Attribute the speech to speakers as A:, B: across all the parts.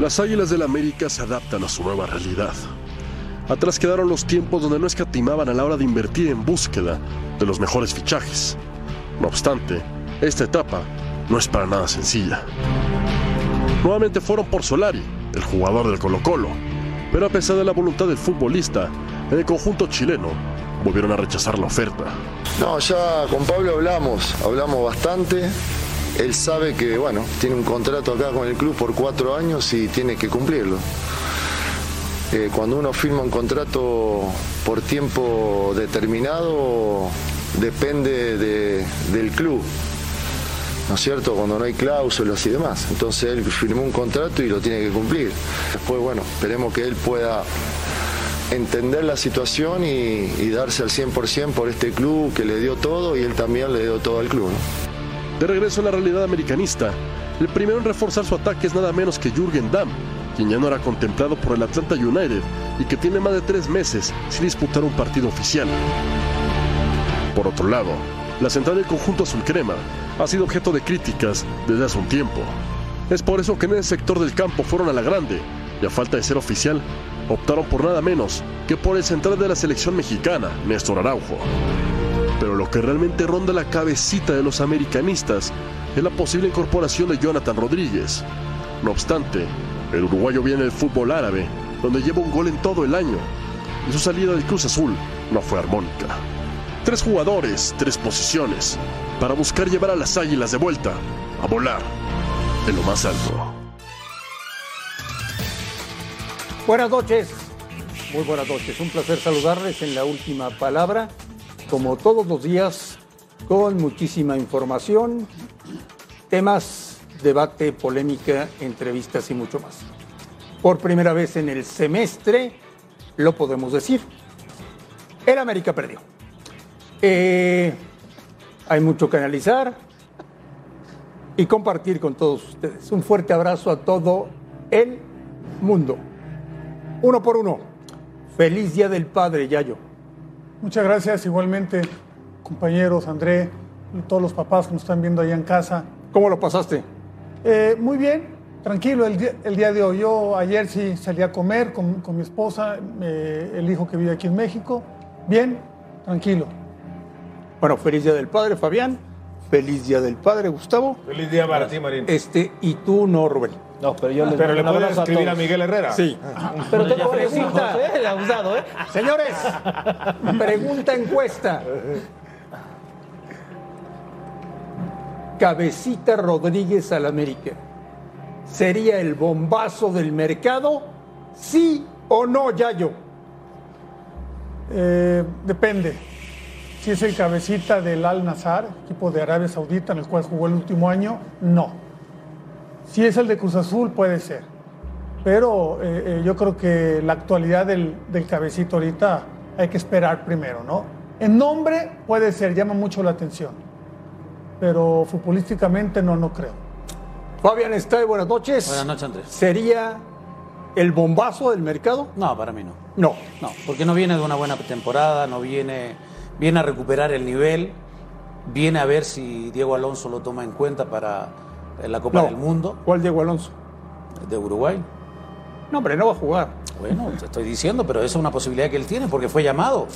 A: Las Águilas del la América se adaptan a su nueva realidad. Atrás quedaron los tiempos donde no escatimaban a la hora de invertir en búsqueda de los mejores fichajes. No obstante, esta etapa no es para nada sencilla. Nuevamente fueron por Solari, el jugador del Colo Colo, pero a pesar de la voluntad del futbolista, en el conjunto chileno volvieron a rechazar la oferta.
B: No, ya con Pablo hablamos, hablamos bastante. Él sabe que, bueno, tiene un contrato acá con el club por cuatro años y tiene que cumplirlo. Eh, cuando uno firma un contrato por tiempo determinado, depende de, del club, ¿no es cierto? Cuando no hay cláusulas y demás. Entonces él firmó un contrato y lo tiene que cumplir. Después, bueno, esperemos que él pueda entender la situación y, y, darse al 100% por este club que le dio todo y él también le dio todo al club. ¿no?
A: De regreso a la realidad americanista, el primero en reforzar su ataque es nada menos que Jürgen Damm, quien ya no era contemplado por el Atlanta United y que tiene más de tres meses sin disputar un partido oficial. Por otro lado, la central del conjunto azul crema ha sido objeto de críticas desde hace un tiempo. Es por eso que en ese sector del campo fueron a la grande y a falta de ser oficial, optaron por nada menos que por el central de la selección mexicana, Néstor Araujo. Pero lo que realmente ronda la cabecita de los americanistas es la posible incorporación de Jonathan Rodríguez. No obstante, el uruguayo viene del fútbol árabe, donde lleva un gol en todo el año, y su salida del Cruz Azul no fue armónica. Tres jugadores, tres posiciones, para buscar llevar a las águilas de vuelta a volar en lo más alto.
C: Buenas noches, muy buenas noches. Un placer saludarles en la última palabra, como todos los días, con muchísima información, temas, debate, polémica, entrevistas y mucho más. Por primera vez en el semestre, lo podemos decir, el América perdió. Eh, hay mucho que analizar y compartir con todos ustedes. Un fuerte abrazo a todo el mundo uno por uno. Feliz Día del Padre, Yayo.
D: Muchas gracias igualmente, compañeros, André, y todos los papás que nos están viendo allá en casa.
C: ¿Cómo lo pasaste?
D: Eh, muy bien, tranquilo el día, el día, de hoy. Yo ayer sí salí a comer con, con mi esposa, eh, el hijo que vive aquí en México. Bien, tranquilo.
C: Bueno, feliz Día del Padre, Fabián. Feliz Día del Padre, Gustavo.
E: Feliz Día para ti, Marín.
C: Este, y tú no, Rubén.
F: No, pero yo
E: le Pero le puedes escribir a, a, Miguel Herrera.
C: Sí.
F: Pero tengo pregunta.
C: ¿eh? Abusado, ¿eh? Señores, pregunta encuesta. Cabecita Rodríguez al América. ¿Sería el bombazo del mercado? ¿Sí o no, Yayo?
D: Eh, depende. Si es el cabecita del Al Nazar, equipo de Arabia Saudita en el cual jugó el último año, no. Si es el de Cruz Azul, puede ser. Pero eh, yo creo que la actualidad del, del, cabecito ahorita hay que esperar primero, ¿no? En nombre puede ser, llama mucho la atención. Pero futbolísticamente no, no creo.
C: Fabián Estay, buenas noches.
F: Buenas noches, Andrés.
C: ¿Sería el bombazo del mercado?
F: No, para mí no.
C: No.
F: No, porque no viene de una buena temporada, no viene, viene a recuperar el nivel, viene a ver si Diego Alonso lo toma en cuenta para en la Copa no. del Mundo.
C: ¿Cuál Diego Alonso?
F: De Uruguay.
C: No, hombre, no va a jugar.
F: Bueno, te estoy diciendo, pero esa es una posibilidad que él tiene porque fue llamado.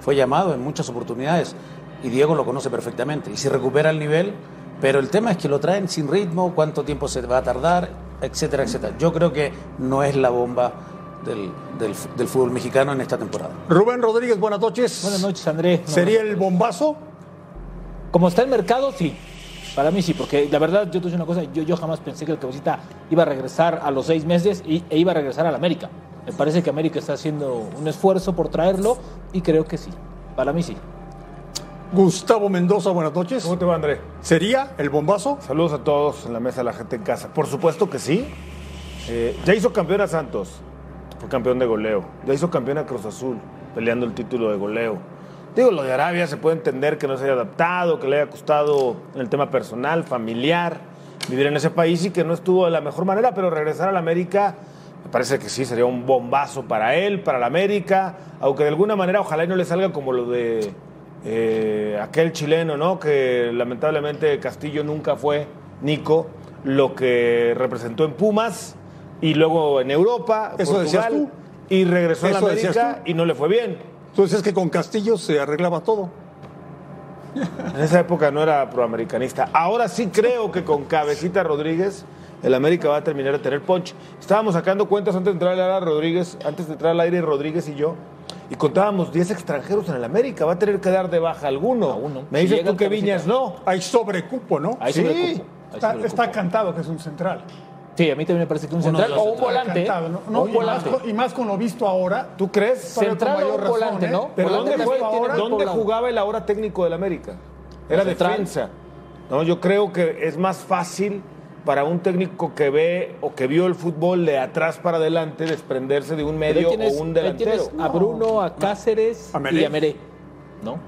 F: Fue llamado en muchas oportunidades y Diego lo conoce perfectamente. Y si recupera el nivel, pero el tema es que lo traen sin ritmo, cuánto tiempo se va a tardar, etcétera, etcétera. Yo creo que no es la bomba del, del, del fútbol mexicano en esta temporada.
C: Rubén Rodríguez, buenas noches.
G: Buenas noches, Andrés. No,
C: ¿Sería el bombazo?
G: Como está el mercado, sí. Para mí sí, porque la verdad, yo te digo una cosa, yo, yo jamás pensé que el Cabecita iba a regresar a los seis meses y, e iba a regresar al América. Me parece que América está haciendo un esfuerzo por traerlo y creo que sí. Para mí sí.
C: Gustavo Mendoza, buenas noches.
E: ¿Cómo te va, André?
C: ¿Sería el bombazo?
E: Saludos a todos en la mesa, a la gente en casa. Por supuesto que sí. Eh, ya hizo campeón a Santos, fue campeón de goleo. Ya hizo campeón a Cruz Azul, peleando el título de goleo. Digo, lo de Arabia se puede entender que no se haya adaptado, que le haya costado en el tema personal, familiar, vivir en ese país y que no estuvo de la mejor manera, pero regresar a la América me parece que sí, sería un bombazo para él, para la América, aunque de alguna manera ojalá y no le salga como lo de eh, aquel chileno, ¿no? Que lamentablemente Castillo nunca fue, Nico, lo que representó en Pumas y luego en Europa,
H: Eso decías
E: Portugal,
H: tú.
E: y regresó a la
H: Eso decías
E: América y no le fue bien.
H: Tú decías que con Castillo se arreglaba todo.
E: En esa época no era proamericanista. Ahora sí creo que con Cabecita Rodríguez el América va a terminar de tener punch. Estábamos sacando cuentas antes de entrar al aire Rodríguez, antes de entrar al aire Rodríguez y yo, y contábamos 10 extranjeros en el América. Va a tener que dar de baja alguno.
G: uno.
E: Me
G: Si
E: dices
G: llega
E: tú
G: el
E: que
G: Cabecita.
E: Viñas no.
H: Hay sobrecupo, ¿no?
G: Ahí
E: Sí,
G: sobrecupo, ahí
D: Está,
G: sobrecupo.
D: está cantado que es un central.
G: Sí, a mí también me parece que un
F: Uno de
G: central
F: los
G: o un
F: centrales.
G: volante.
D: Cantado, ¿no?
G: ¿eh?
D: No,
G: O un
D: y, más
G: volante.
D: con, y más con lo visto ahora.
E: ¿Tú crees?
D: todavía con
G: Central o
D: mayor
G: un volante,
D: ¿eh?
G: ¿no?
E: ¿Pero
D: Pero
E: dónde,
G: Volante
D: ¿dónde
E: fue-
D: fue
G: también tiene
D: ahora?
E: dónde
G: poblado.
E: jugaba el ahora técnico del América? Era
G: Central.
E: defensa. No, yo creo que es más fácil para un técnico que ve o que vio el fútbol de atrás para adelante desprenderse de un
G: Pero ahí
E: medio
G: tienes,
E: o un
G: ahí
E: delantero. Ah.
G: tienes a Bruno, a Cáceres
H: A Meré.
G: y a Meré. ¿no?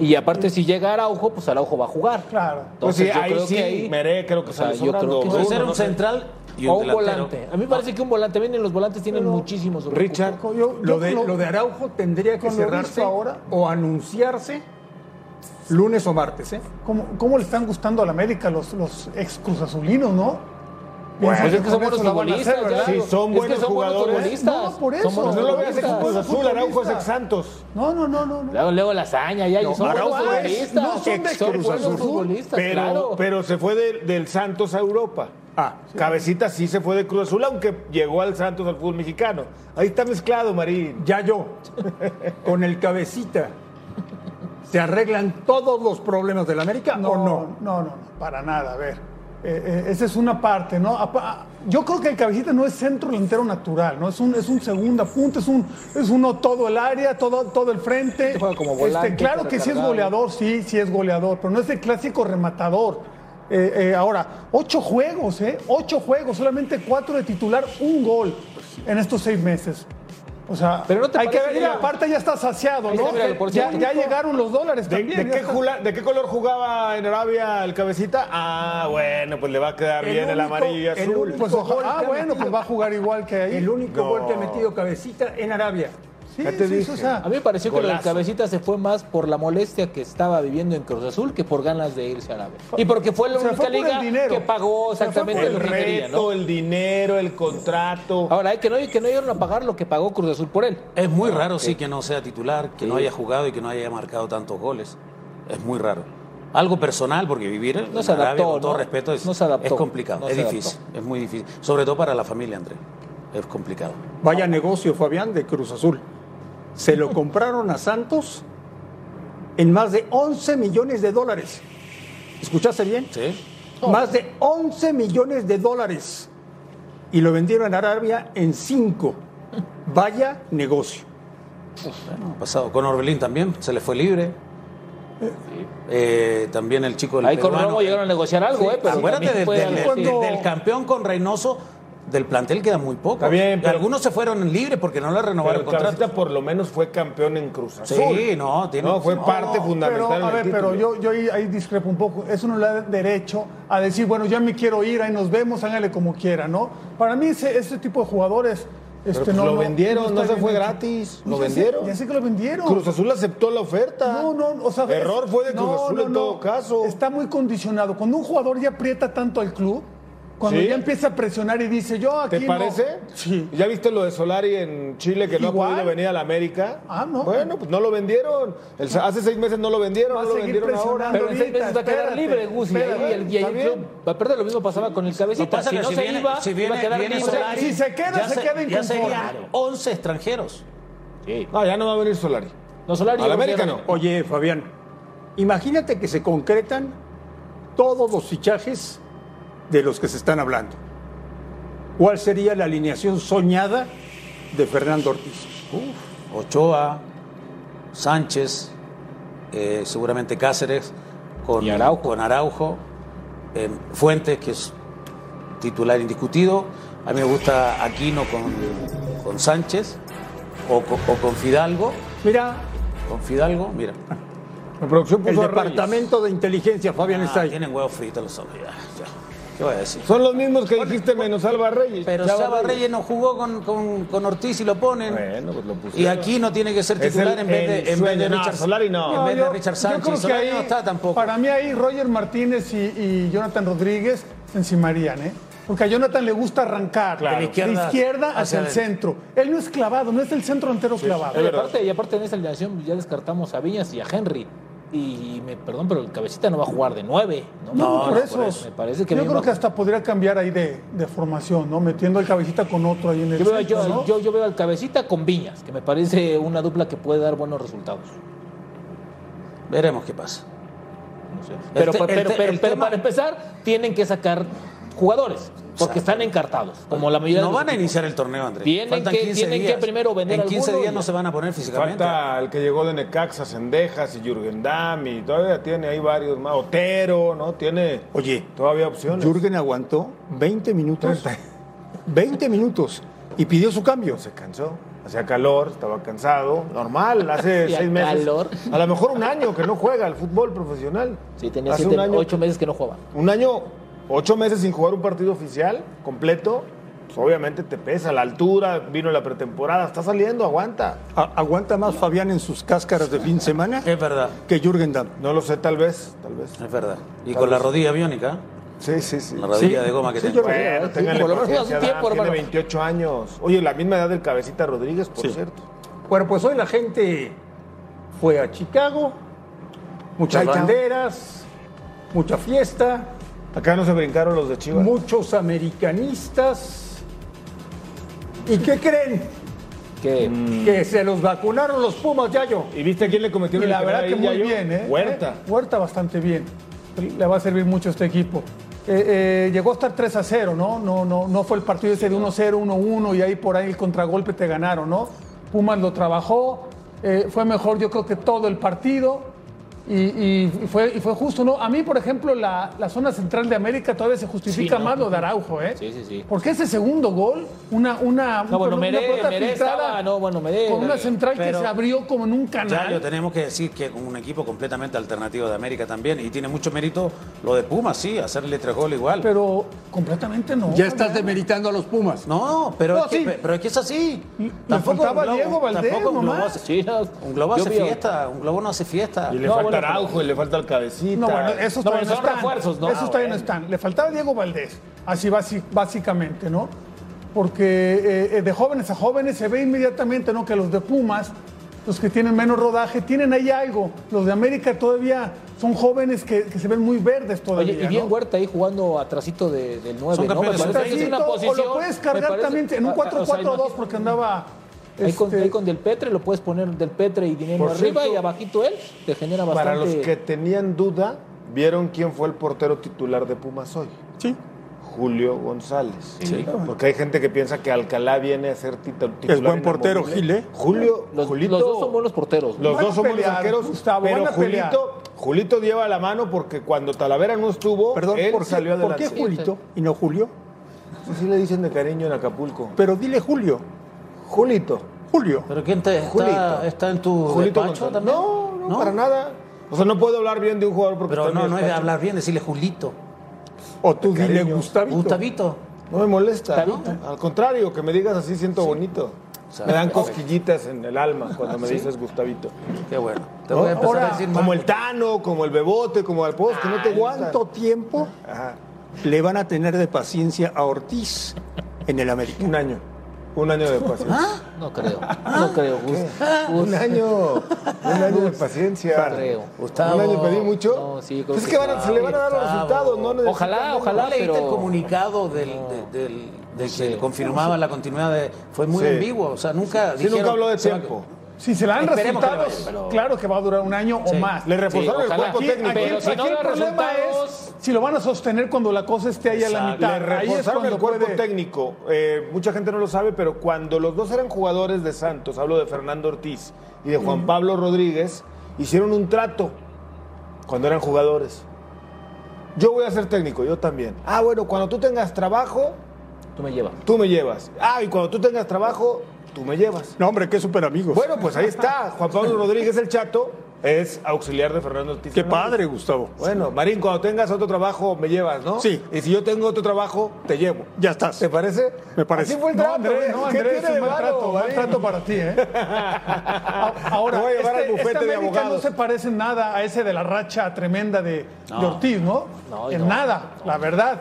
G: Y aparte, si llega Araujo, pues Araujo va a jugar.
D: Claro.
E: Pues
G: Entonces,
E: sí,
G: yo
E: ahí
G: creo
E: sí,
G: que ahí-
E: Meré creo que
G: o sea,
E: sale
G: yo
E: sobrando.
G: creo que
E: Bruno,
F: Puede
G: sí.
F: ser
E: no
F: un
E: sé.
F: central y un,
G: o un
F: delantero.
G: volante. A mí me parece que un volante, vienen los volantes tienen muchísimos. recursos.
E: Richard.
D: Yo- yo-
H: Lo de,
D: lo-
H: lo de Araujo tendría que
D: con lo
H: cerrarse
D: visto ahora.
H: o anunciarse lunes o martes, ¿eh?
D: ¿Cómo, cómo le están gustando a la América los, los ex cruzazulinos, no? Piensan
G: Pues es que
D: con
G: son buenos
D: eso la van a
G: futbolistas.
D: hacer, ¿verdad?
G: ya.
E: Sí, son
G: Es
E: buenos
G: que son buenos
E: jugadores.
G: futbolistas.
D: No, por eso.
G: Son buenos
E: pues No lo veas
D: Futbolista.
E: ex Cruz Azul, Araujo es ex Santos.
D: No, no, no, no. no.
G: Luego, luego la hazaña, ya, y son
D: Araujo
G: buenos
D: es-
G: futbolistas.
D: no son de
G: Son
D: Cruz
G: buenos
D: Azul,
G: futbolistas,
E: Pero,
G: claro.
E: pero se fue de- del Santos a Europa.
H: Ah,
E: Cabecita sí se fue de Cruz Azul, aunque llegó al Santos al fútbol mexicano. Ahí está mezclado, Marín.
H: Ya yo, con el cabecita, ¿se arreglan todos los problemas de la América
D: No,
H: o
D: no,
H: no?
D: no, no, para nada. A ver, eh, eh, esa es una parte, ¿no? Apa- Yo creo que el cabecita no es centro delantero natural, ¿no? Es un, es un segunda punta, es, un, es uno todo el área, todo, todo el frente. Este,
G: Juega como volante,
D: claro que sí es
G: recargado.
D: goleador, sí, sí es goleador, pero no es el clásico rematador. Eh, eh, ahora, ocho juegos, ¿eh? Ocho juegos, solamente cuatro de titular, un gol en estos seis meses. O sea,
G: Pero no te
D: hay que
G: parece,
D: ver, y
G: mira.
D: aparte ya está saciado,
G: Ahí
D: ¿no?
G: está, mira, por
D: ya,
G: cierto.
D: ya llegaron los dólares
E: ¿De,
D: también.
E: de
D: ya
E: qué
D: está.
E: jula- de qué color jugaba en Arabia el cabecita? Ah, bueno, pues le va a quedar bien el
H: único-
E: amarillo y
H: el
E: azul.
H: único
D: Pues
H: gol
D: ojalá, ah,
H: que ha
D: bueno,
H: metido-
D: pues va a jugar igual que ahí.
H: El único gol que ha metido cabecita en Arabia.
D: Sí,
E: Ya te
D: sí,
E: dije.
D: o sea,
G: A mí me pareció que la
E: Golazo.
G: cabecita se fue más por la molestia que estaba viviendo en Cruz Azul que por ganas de irse a Arabia. Y porque fue
D: Se
G: la
D: fue
G: única
D: por el
G: liga
D: dinero.
G: que pagó
D: Se fue
G: exactamente
D: por
E: el
G: lo que quería,
E: reto,
G: ¿no?
E: el dinero, el
D: Ah,
E: contrato.
G: Ahora, hay que no, que no llegaron a pagar lo que pagó Cruz Azul por él.
F: Es muy raro,
G: Eh,
F: sí, que no sea titular, que no haya jugado y que no haya marcado tantos goles. Es muy raro. Algo personal, porque vivir en
G: No se
F: Arabia,
G: adaptó,
F: con todo
G: ¿no?
F: respeto, es,
G: No se adaptó.
F: es complicado,
G: No
F: es
G: se
F: difícil, es muy difícil. Sobre todo para la familia, Andrés. Es complicado.
H: Vaya negocio, Fabián, de Cruz Azul. Se lo compraron a Santos en más de 11 millones de dólares. ¿Escuchaste bien?
F: ¿Sí?
D: Oh.
H: Más de 11 millones de dólares. Y lo vendieron a Arabia en 5. Vaya negocio.
F: Bueno, ha pasado. Con Orbelín también, se le fue libre. Eh, también el chico del
G: Ahí con
F: peruano,
G: Romo llegaron a negociar algo,
F: Sí,
G: ¿eh? Pero
F: acuérdate
G: también
F: del-
G: puede
F: del,
G: haber-
F: del- del campeón con Reynoso, del plantel queda muy poco.
E: Está bien, pero-
F: Algunos se fueron libres porque no le
E: Pero
F: renovaron
E: el
F: el contrato.
E: cabecita por lo menos fue campeón en Cruz Azul.
F: Sí, no, tiene-
E: No, fue
F: no.
E: parte fundamental.
D: Pero, a
E: en el
D: ver,
E: título.
D: pero yo, yo ahí, ahí discrepo un poco. Eso no le da derecho a decir, bueno, ya me quiero ir, ahí nos vemos, hágale como quiera, ¿no? Para mí, ese, ese tipo de jugadores. Este,
E: pues
D: no,
E: lo vendieron, no
D: está
E: se
D: bien
E: fue
D: hecho.
E: gratis,
D: ya
E: lo
D: sé-
E: vendieron.
D: Ya sé que lo vendieron.
E: Cruz Azul aceptó la oferta.
D: No, no, o sea,
E: Error fue de Cruz
D: no,
E: Azul
D: no,
E: en
D: no.
E: todo caso.
D: Está muy condicionado. Cuando un jugador ya aprieta tanto al club, cuando
E: Sí.
D: ya empieza a presionar y dice, yo aquí.
E: ¿Te
D: no".
E: parece?
D: Sí.
E: ¿Ya viste lo de Solari en Chile que no
D: Igual.
E: ha podido venir a la América?
D: Ah, no.
E: Bueno, pues no lo vendieron. El- hace seis meses no lo vendieron,
D: Va a
E: no lo
D: seguir
E: vendieron ahora.
D: presionando.
G: Pero en seis
D: Ahorita,
G: meses va a quedar
D: espérate,
G: libre, Gus. Y ahí,
D: espérate,
G: el- y ahí
E: está
G: el
E: bien.
G: club. Aparte, lo mismo pasaba con el
F: Lo que
G: cabecita.
F: pasa
G: Si
F: es
G: no
F: que
G: se
F: viene-
G: iba,
F: si
G: iba a
F: viene-
G: quedar
F: viene
G: libre.
F: Solari,
D: si se queda,
F: ya
D: se queda
F: Ya serían
D: inconforme.
F: 11 extranjeros.
E: No, ya no va a venir Solari.
G: No, Solari
E: Al
G: llegó
E: América
G: bien.
E: no.
H: Oye, Fabián, imagínate que se concretan todos los fichajes de los que se están hablando. ¿Cuál sería la alineación soñada de Fernando Ortiz?
F: Ochoa, Sánchez, eh, seguramente Cáceres, con
G: Y Araujo.
F: con Araujo, eh, Fuentes, que es titular indiscutido. A mí me gusta Aquino con, con Sánchez o, co- o con Fidalgo.
H: Mira,
F: Con Fidalgo, mira.
E: La producción
H: el
E: puso a Reyes.
H: departamento de inteligencia, Fabián, está
F: Ah,
H: ahí.
F: tienen huevos fritos los hombres. ya, ya. ¿Qué voy a decir?
E: Son los mismos que dijiste menos Alba Reyes.
F: Pero
E: Chava
F: Chava Reyes no jugó con, con- con Ortiz y lo ponen.
E: Bueno, pues lo pusieron.
F: y aquí no tiene que ser
E: Es
F: titular
E: el-
F: en vez
E: el
F: de, en vez de
E: sueño. No,
F: Richard
E: Solari no.
F: En
E: No,
F: vez de
D: yo-
F: Richard
D: yo
F: Sánchez.
D: creo que
F: Solari no
D: ahí,
F: está tampoco.
D: Para mí ahí Roger Martínez y, y Jonathan Rodríguez se encimarían, ¿eh? Porque a Jonathan le gusta arrancar
F: Claro.
D: de, la izquierda hacia, el
F: hacia
D: centro. Él no es clavado, no es el centro entero clavado.
G: Y aparte, y aparte en esta alineación ya descartamos a Viñas y a Henry. Y me perdón, pero el cabecita no va a jugar de nueve. No,
D: No, por, eso.
G: Me parece que
D: yo
G: bien
D: creo
G: va-
D: que hasta podría cambiar ahí de, de formación, ¿no? Metiendo el cabecita con otro ahí en el
G: yo veo,
D: centro,
G: yo-
D: ¿no?
G: yo- yo veo al cabecita con Viñas, que me parece una dupla que puede dar buenos resultados.
F: Veremos qué pasa.
G: No sé. Pero,
F: te-
G: pero,
F: el
G: pero,
F: te-
G: pero-
F: el
G: pero
F: tema-
G: para empezar, tienen que sacar jugadores, porque están encartados, como la mayoría
F: No
G: de los
F: van a
G: equipos.
F: iniciar el torneo, Andrés.
G: Tienen
F: Faltan
G: que-
F: 15
G: tienen que
F: días.
G: primero vender
F: En 15
G: alguno y
F: días no
G: ya.
F: se van a poner físicamente.
E: Falta el que llegó de Necaxa, Sendejas y Jürgen Damm y todavía tiene ahí varios más. Otero, ¿no? Tiene
C: Oye,
E: todavía opciones.
C: Jürgen aguantó 20 minutos. 20 minutos. Y pidió su cambio.
E: se cansó. Hacía calor, estaba cansado. Normal, hace
G: Hacía
E: seis meses.
G: calor.
E: A lo mejor un año que no juega al fútbol profesional.
G: Sí, tenía
E: Hace
G: siete,
E: un año,
G: ocho meses que no jugaba.
E: Un año, ocho meses sin jugar un partido oficial completo. pues, obviamente te pesa la altura, vino la pretemporada, está saliendo, aguanta.
C: A- aguanta más Fabián en sus cáscaras de fin de semana
F: Es verdad,
C: que Jürgen Damm.
E: No lo sé, tal vez, tal vez.
F: es verdad. Y con la rodilla biónica,
E: Sí, sí, sí.
F: la rodilla de goma que
C: Sí,
F: tengo.
C: yo-
E: Bueno, ténganle
G: por Eh, lo menos
E: paciencia,
G: hace un tiempo,
E: Dan, tiene
G: hermano.
E: 28 años. Oye, la misma edad del Cabecita Rodríguez, por
C: Sí.
E: cierto.
H: Bueno, pues hoy la gente fue a Chicago, muchas
E: Chao, chao.
H: banderas, mucha fiesta,
E: Acá no se brincaron los de Chivas.
H: muchos americanistas. ¿Y qué creen?
G: Que
C: Mm.
H: Que se los vacunaron los Pumas, Yayo.
E: ¿Y viste a quién le
D: Y
E: cometieron
D: la
E: el penal
D: verdad que
E: ahí,
D: muy
E: Yayo?
D: bien, ¿eh?
E: Huerta.
D: Huerta bastante bien. Le va a servir mucho a este equipo. Eh, eh, llegó a estar 3 a 0, ¿no? No, no, no fue el partido ese de 1 0, 1 1 y ahí por ahí el contragolpe te ganaron, ¿no? Pumas lo trabajó, eh, fue mejor yo creo que todo el partido y, y- y fue, y fue justo, ¿no? A mí, por ejemplo, la, la zona central de América todavía se justifica
G: Sí, ¿no?
D: más lo de Araujo, ¿eh?
G: Sí, sí, sí.
D: Porque ese segundo gol, una, una,
G: No, bueno,
D: una
G: Meré-
D: pelota
G: Meré
D: filtrada
G: estaba- no, bueno, Meré- eh,
D: con una central que
F: pero-
D: se abrió como en un canal.
F: Ya, yo tenemos que decir que con un equipo completamente alternativo de América también, y tiene mucho mérito lo de Puma, sí, hacerle tres goles igual.
D: Pero completamente no.
C: Ya estás demeritando a los Pumas.
F: No, pero,
D: No,
F: es que,
D: sí.
F: pero es que es así.
D: Le faltaba Diego Valdés
F: tampoco un globo
D: nomás.
F: hace,
G: Sí, no.
F: un globo
G: Yo
F: hace
G: vi-
F: fiesta, un globo no hace fiesta.
E: Y le falta
G: No, bueno, pero-
E: Araujo y le falta el Cabecita.
D: No, bueno, esos
G: No,
D: todavía
G: bueno,
D: no
G: son
D: están.
G: refuerzos, ¿no?
D: Esos
G: Ah,
D: todavía no
G: bueno.
D: están. Le faltaba Diego Valdés, así basi- básicamente, ¿no? Porque eh, eh, de jóvenes a jóvenes se ve inmediatamente, ¿no? Que los de Pumas, los que tienen menos rodaje, tienen ahí algo. Los de América todavía son jóvenes que, que se ven muy verdes
G: Oye,
D: todavía.
G: y bien
D: ¿no?
G: Huerta ahí jugando atrasito de, del 9,
F: Son
G: ¿no? Me
F: campeones del
G: parece que es
D: Tantito,
G: una
D: o
G: posición...
D: lo puedes
G: me
D: cargar
G: parece-
D: también en un
G: a- a- o sea,
D: 4-4-2
G: imagínate-
D: porque andaba.
G: Ahí con,
D: este,
G: ahí con Del Petre lo puedes poner Del Petre y Dinero
E: Por
G: arriba
E: cierto,
G: y abajito él, te genera bastante...
E: Para los que tenían duda, vieron quién fue el portero titular de Pumas hoy.
C: Sí.
E: Julio González. Porque hay gente que piensa que Alcalá viene a ser tita- titular.
C: Es buen portero,
E: inamovible.
C: Gil, ¿eh?
E: Julio,
G: Los,
E: Julito-
G: los dos son buenos porteros. ¿no?
E: Los
D: Van a
E: dos son buenos
D: pelear,
E: arqueros,
D: Gustavo,
E: pero
D: van a pelear.
E: Julito, Julito lleva la mano porque cuando Talavera no estuvo,
C: Perdón,
E: él
C: ¿por qué,
E: salió
C: ¿por
E: adelante.
C: qué Julito y no Julio?
E: Así le dicen de cariño en Acapulco.
C: Pero dile Julio.
E: Julito.
C: Julio.
F: ¿Pero quién te, está,
E: Julito.
F: está en tu
E: Julito
F: despacho
E: González.
F: también?
E: No, no, para nada. O sea, no puedo hablar bien de un jugador porque
F: Pero
E: está en mi
F: no, no es de
E: despacho.
F: hablar bien, decirle Julito,
C: O tú dile
E: cariño.
C: Gustavito.
F: Gustavito.
E: No me molesta.
G: Está bien.
E: ¿no? Al contrario, que me digas así siento bonito. me dan cosquillitas en el alma cuando me dices Gustavito.
F: Qué bueno. Te voy a
E: Oh,
F: empezar
E: Ahora,
F: a decir
E: como
F: más.
E: el Tano, como el Bebote, como el Post, Ah, que no te gusta.
C: ¿Cuánto tiempo
E: Ajá.
C: le van a tener de paciencia a Ortiz en el América?
E: Un año. Un año de paciencia.
G: No creo, no creo, Gus. Gus,
E: Un año. Un año de paciencia.
G: no creo.
F: Gustavo.
E: Un año pedí mucho.
G: No, sí, creo
E: Pues es
G: que
E: que van a-
G: sí.
E: se le van a dar los
F: Gustavo.
E: resultados, ¿no? Necesitan
G: Ojalá,
E: algo.
G: ojalá,
F: ¿No leíste
G: pero-
F: el comunicado del, de- del- de que
G: sé.
F: confirmaba la continuidad de... Fue muy
E: Sí.
F: ambiguo, o sea, nunca
E: Sí, nunca
F: dijeron-
E: habló de
F: se va-
E: tiempo.
D: Si se le dan
F: Esperemos que le
D: resultados,
F: vaya, pero-
D: claro que va a durar un año o más.
E: Le reforzaron el
G: ojalá.
E: cuerpo
D: Aquí,
E: técnico.
D: aquí-
G: Pero si
D: aquí
G: no
D: el
G: da
D: problema
G: resultados-
D: es si lo van a sostener cuando la cosa esté ahí a la
E: Exacto.
D: mitad.
E: Le
D: Ahí es
E: reforzaron
D: cuando
E: el cuerpo
D: puede-
E: técnico. Eh, mucha gente no lo sabe, pero cuando los dos eran jugadores de Santos, hablo de Fernando Ortiz y de Juan Pablo Rodríguez, hicieron un trato cuando eran jugadores. Yo voy a ser técnico, yo también. Ah, bueno, cuando tú tengas trabajo,
G: Tú me llevas.
E: tú me llevas. Ah, y cuando tú tengas trabajo, tú me llevas.
C: No, hombre, qué super amigos.
E: Bueno, pues ahí está. Juan Pablo Rodríguez, el chato, es auxiliar de Fernando Ortiz.
C: qué
E: Hernández.
C: padre, Gustavo.
E: Bueno, Marín, cuando tengas otro trabajo, me llevas, ¿no?
C: Sí.
E: Y si yo tengo otro trabajo, te llevo.
C: Ya estás.
E: ¿Te parece?
C: Me parece.
E: Así fue el
D: No,
E: trato.
D: Andrés,
E: ¿eh?
D: no,
E: ¿Qué
D: Andrés,
E: tiene
D: un
E: de
D: mal
E: malo,
D: trato, mal
E: Marín?
D: trato para ti, ¿eh? A- Ahora,
E: Te voy a llevar
D: este,
E: al bufete
D: este
E: de
D: América
E: abogados.
D: no se parece en nada a ese de la racha tremenda de, de Ortiz, ¿no?
G: No,
D: en
G: no.
D: nada, la verdad.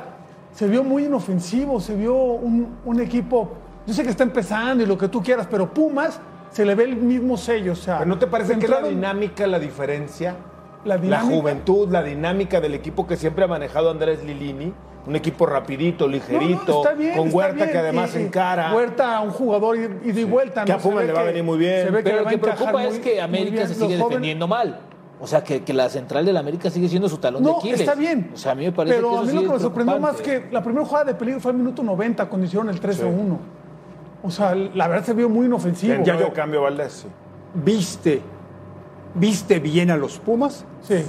D: se vio muy inofensivo, se vio un, un equipo, yo sé que está empezando y lo que tú quieras, pero Pumas se le ve el mismo sello, o sea...
E: ¿No te parece que es la
D: entraron-
E: dinámica la diferencia?
D: La dinámica.
E: juventud, la dinámica del equipo que siempre ha manejado Andrés Lilini. Un equipo rapidito,
D: No, no,
E: ligerito,
D: está bien,
E: con
D: está
E: Huerta
D: bien,
E: que además
D: y- y
E: encara.
D: Huerta, un jugador ida y, de vuelta.
E: Que a
D: ¿no? Se
E: Pumas
D: ve
E: le va a venir muy bien.
D: se ve
G: Pero
D: le
G: lo
D: va a
G: que
D: encajar
G: preocupa
D: muy-
G: es que
D: muy
G: América
D: bien
G: se
D: los
G: sigue
D: jóvenes.
G: defendiendo mal. O sea, que, que la central del América sigue siendo su talón de
D: No,
G: Aquiles.
D: está bien.
G: O sea, a mí me parece
D: Pero
G: que
D: a
G: eso
D: mí
G: sí
D: lo que
G: es
D: me sorprendió más
G: preocupante.
D: que la primera jugada de peligro fue al minuto 90, cuando hicieron el 13 1. O sea, la verdad se vio muy inofensivo.
E: ya yo cambio Valdés. sí.
C: ¿Viste? ¿Viste bien a los Pumas?
D: Sí,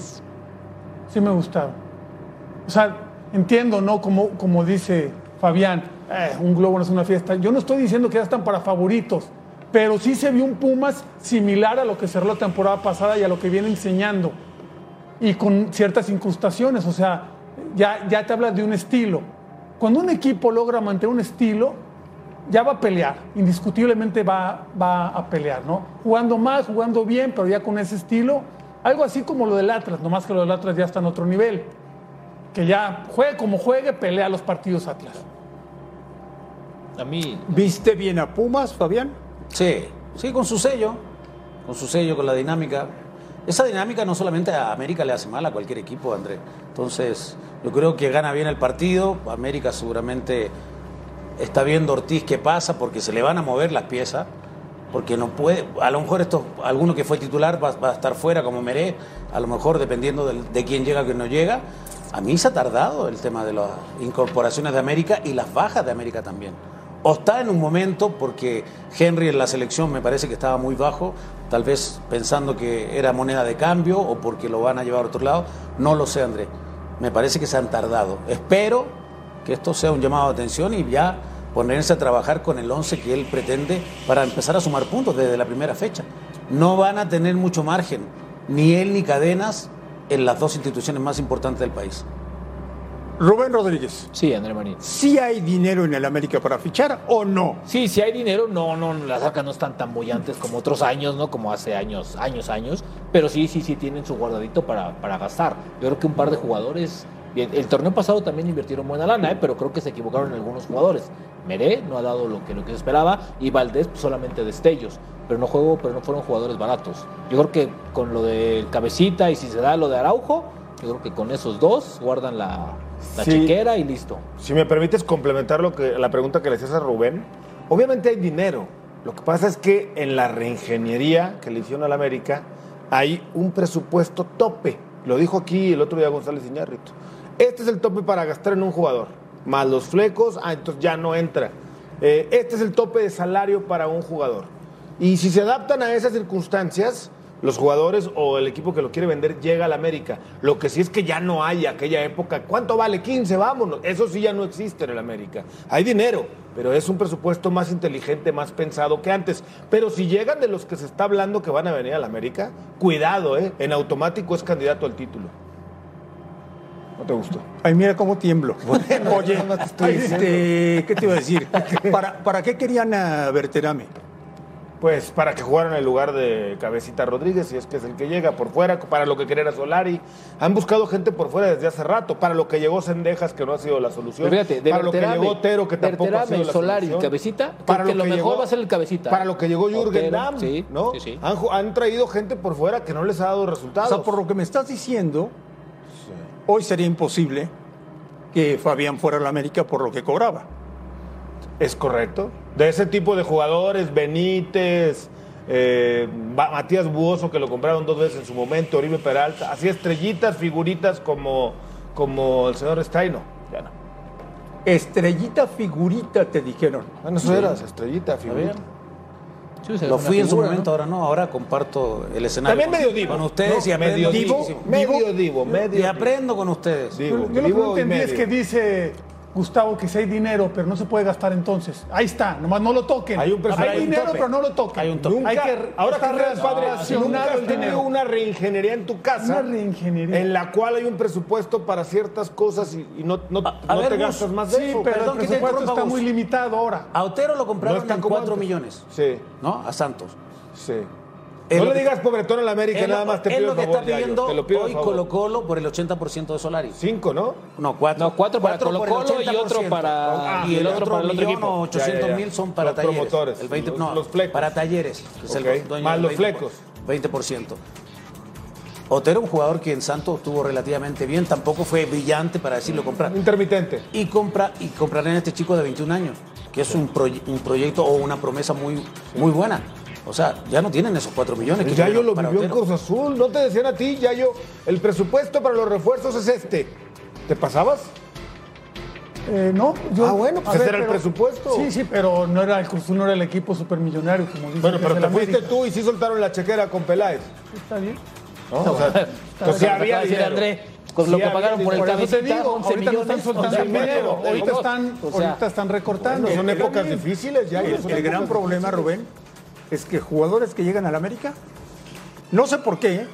D: sí me gustaba. O sea, entiendo, ¿no? Como, como dice Fabián, eh, un globo no es una fiesta. Yo no estoy diciendo que ya están para favoritos, pero sí se vio un Pumas similar a lo que cerró la temporada pasada y a lo que viene enseñando. Y con ciertas incrustaciones, o sea, ya, ya te hablas de un estilo. Cuando un equipo logra mantener un estilo, ya va a pelear, indiscutiblemente va, va a pelear, ¿no? Jugando más, jugando bien, pero ya con ese estilo, algo así como lo del Atlas, nomás que lo del Atlas ya está en otro nivel, que ya juegue como juegue, pelea los partidos Atlas.
G: A mí,
C: ¿Viste bien a Pumas, Fabián?
F: Sí, sí, con su sello, con su sello, con la dinámica. Esa dinámica no solamente a América le hace mal, a cualquier equipo, Andrés. Entonces, yo creo que gana bien el partido. América seguramente está viendo Ortiz qué pasa porque se le van a mover las piezas. Porque no puede, a lo mejor esto, alguno que fue titular va, va a estar fuera como Meré, a lo mejor dependiendo del- de, quién llega o quién no llega. A mí se ha tardado el tema de las incorporaciones de América y las bajas de América también. O está en un momento, porque Henry en la selección me parece que estaba muy bajo, tal vez pensando que era moneda de cambio o porque lo van a llevar a otro lado. No lo sé, Andrés. Me parece que se han tardado. Espero que esto sea un llamado de atención y ya ponerse a trabajar con el 11 que él pretende para empezar a sumar puntos desde la primera fecha. No van a tener mucho margen, ni él ni cadenas, en las dos instituciones más importantes del país.
C: Rubén Rodríguez,
G: sí, André Marín.
C: ¿sí hay dinero en el América para fichar o no?
G: Sí, si hay dinero, no, no, las arcas no están tan bollantes como otros años, ¿no? Como hace años, años, años. Pero sí, sí, sí tienen su guardadito para, para gastar. Yo creo que un par de jugadores. Bien, el torneo pasado también invirtieron buena lana, ¿eh? pero creo que se equivocaron en algunos jugadores. Meré no ha dado lo que, lo que se esperaba y Valdés pues, solamente destellos. Pero no juego, pero no fueron jugadores baratos. Yo creo que con lo del cabecita y si se da lo de Araujo, yo creo que con esos dos guardan la, la
E: Sí.
G: chequera y listo.
E: Si me permites complementar lo que, la pregunta que le hacías a Rubén, obviamente hay dinero. Lo que pasa es que en la reingeniería que le hicieron a la América hay un presupuesto tope. Lo dijo aquí el otro día González Iñárritu. Este es el tope para gastar en un jugador. Más los flecos, ah, entonces ya no entra. Eh, este es el tope de salario para un jugador. Y si se adaptan a esas circunstancias, los jugadores o el equipo que lo quiere vender llega al América. Lo que sí es que ya no hay aquella época. ¿Cuánto vale? 15, vámonos. Eso sí ya no existe en el América. Hay dinero, pero es un presupuesto más inteligente, más pensado que antes. Pero si llegan de los que se está hablando que van a venir al América, cuidado, ¿eh? En automático es candidato al título. No te gustó.
C: Ay, mira cómo tiemblo. Oye,
E: no te estoy diciendo.
C: este, ¿qué te iba a decir? ¿Para, para qué querían a Berterame?
E: Pues para que jugaran en el lugar de Cabecita Rodríguez, si es que es el que llega por fuera, para lo que quería era Solari. Han buscado gente por fuera desde hace rato, para lo que llegó Sendejas, que no ha sido la solución.
G: Pero fíjate, de
E: para lo que
G: Berterame,
E: llegó Otero, que tampoco ha
G: Berterame,
E: sido la
G: Solari,
E: solución.
G: Cabecita, creo que lo mejor va a ser el Cabecita.
E: Para lo que llegó Jürgen
G: Otero,
E: Damm,
G: sí,
E: ¿no?
G: sí, sí.
E: Han, ju- han traído gente por fuera que no les ha dado
C: O
E: resultados.
C: sea, por lo que me estás diciendo, hoy sería imposible que Fabián fuera a la América por lo que cobraba.
E: Es correcto. De ese tipo de jugadores, Benítez, eh, Ba- Matías Buoso, que lo compraron dos veces en su momento, Oribe Peralta, así estrellitas, figuritas como, como el señor Staino. Ya no.
C: Estrellita figurita, te dijeron.
E: Bueno, Ah, eso eras, estrellita, figurita.
G: Sí, o sea,
F: Lo
G: es una
F: fui en su
G: figura,
F: momento, ahora no, ahora comparto el escenario.
E: También
F: con-
E: medio divo.
F: Con ustedes
E: ¿no?
F: y aprendo
E: medio divo.
F: muchísimo.
E: Medio divo, medio
F: Y aprendo con ustedes.
E: divo.
D: Yo, yo lo que
E: divo
D: no
E: y
D: entendí es
E: medio.
D: que dice Gustavo que si hay dinero, pero no se puede gastar entonces. Ahí está, nomás no lo toquen.
E: Hay un presupuesto, hay un
D: dinero,
E: tope.
D: pero no lo toquen.
F: Hay un tope.
D: Hay
E: Nunca,
D: que
E: ahora que
D: está
E: eres padre, si nunca
D: relacionado
E: has
D: el
E: tenido
D: dinero.
E: una reingeniería en tu casa,
D: Una reingeniería.
E: en la cual hay un presupuesto para ciertas cosas y, y no, no,
F: a
E: no
F: ver,
E: te
F: Gus,
E: gastas más de
D: Sí,
E: eso.
D: pero
F: Perdón
D: el
F: que te
D: presupuesto
F: interrumpa,
D: está
F: Gus.
D: muy limitado ahora.
F: A Otero lo compraron
E: está
F: en
E: como
F: 4
E: antes.
F: millones,
E: Sí,
F: ¿no? A Santos.
E: sí.
F: Es
E: no
F: lo
E: le
F: que-
E: digas pobretón a la América,
F: es lo-
E: nada más te
F: es
E: pido
F: lo
E: el
F: que
E: favor,
F: está
E: Gallo,
F: pidiendo
E: te lo pido el
F: hoy
E: favor.
F: Colo Colo por el 80% de Solari.
E: Cinco, ¿no?
F: No, cuatro.
G: No, cuatro para
F: por
G: Colo-Colo y
F: 80%.
G: otro para-
F: Ah,
G: y el otro para el otro
F: millón
G: equipo.
F: o 800
E: Ya, ya, ya.
F: mil son para
E: Los
F: talleres.
E: promotores,
F: El 20,
E: los-
F: no,
E: los flecos.
F: Para talleres, que es el
E: Ok.
F: dueño
E: Más
F: del
E: los
F: 20,
E: flecos.
F: 20%. Otero, un jugador que en Santos estuvo relativamente bien, tampoco fue brillante para decirlo comprar.
E: Intermitente.
F: Y, compra, y comprarán a este chico de 21 años, que es un, proye- un proyecto o una promesa muy, muy buena. O sea, ya no tienen esos 4 millones. que
E: El Yayo
F: tuvieron
E: lo
F: para
E: vivió en
F: Otero.
E: Cruz Azul. No te decían a ti, Yayo, el presupuesto para los refuerzos es este. ¿Te pasabas?
D: Eh, no, yo.
E: Ah, bueno, pues
D: a
E: ese era el presupuesto.
D: Sí, sí, pero no era el Cruz Azul, no era el equipo supermillonario, como dice.
E: Bueno,
D: que
E: pero
D: es el
E: te fuiste
D: América.
E: tú y sí soltaron la chequera con Peláez.
D: Está bien.
E: ¿no? O sea, entonces sí
G: Acaba
E: había
G: de decir
E: dinero.
G: André, con
E: Sí
G: lo que
E: había
G: pagaron por el
E: dinero.
D: Por eso te
G: cabecita,
D: digo,
G: 11
D: ahorita no están
G: millones,
D: soltando
G: 11
D: el dinero,
G: millones.
D: ahorita
G: O sea,
D: están,
G: o sea,
D: ahorita están recortando.
E: Bueno, son
D: Está
E: épocas
D: bien.
E: difíciles, Yayo. son
C: El gran
E: épocas
C: problema,
E: difíciles.
C: Rubén, es que jugadores que llegan a la América, no sé por qué, ¿eh?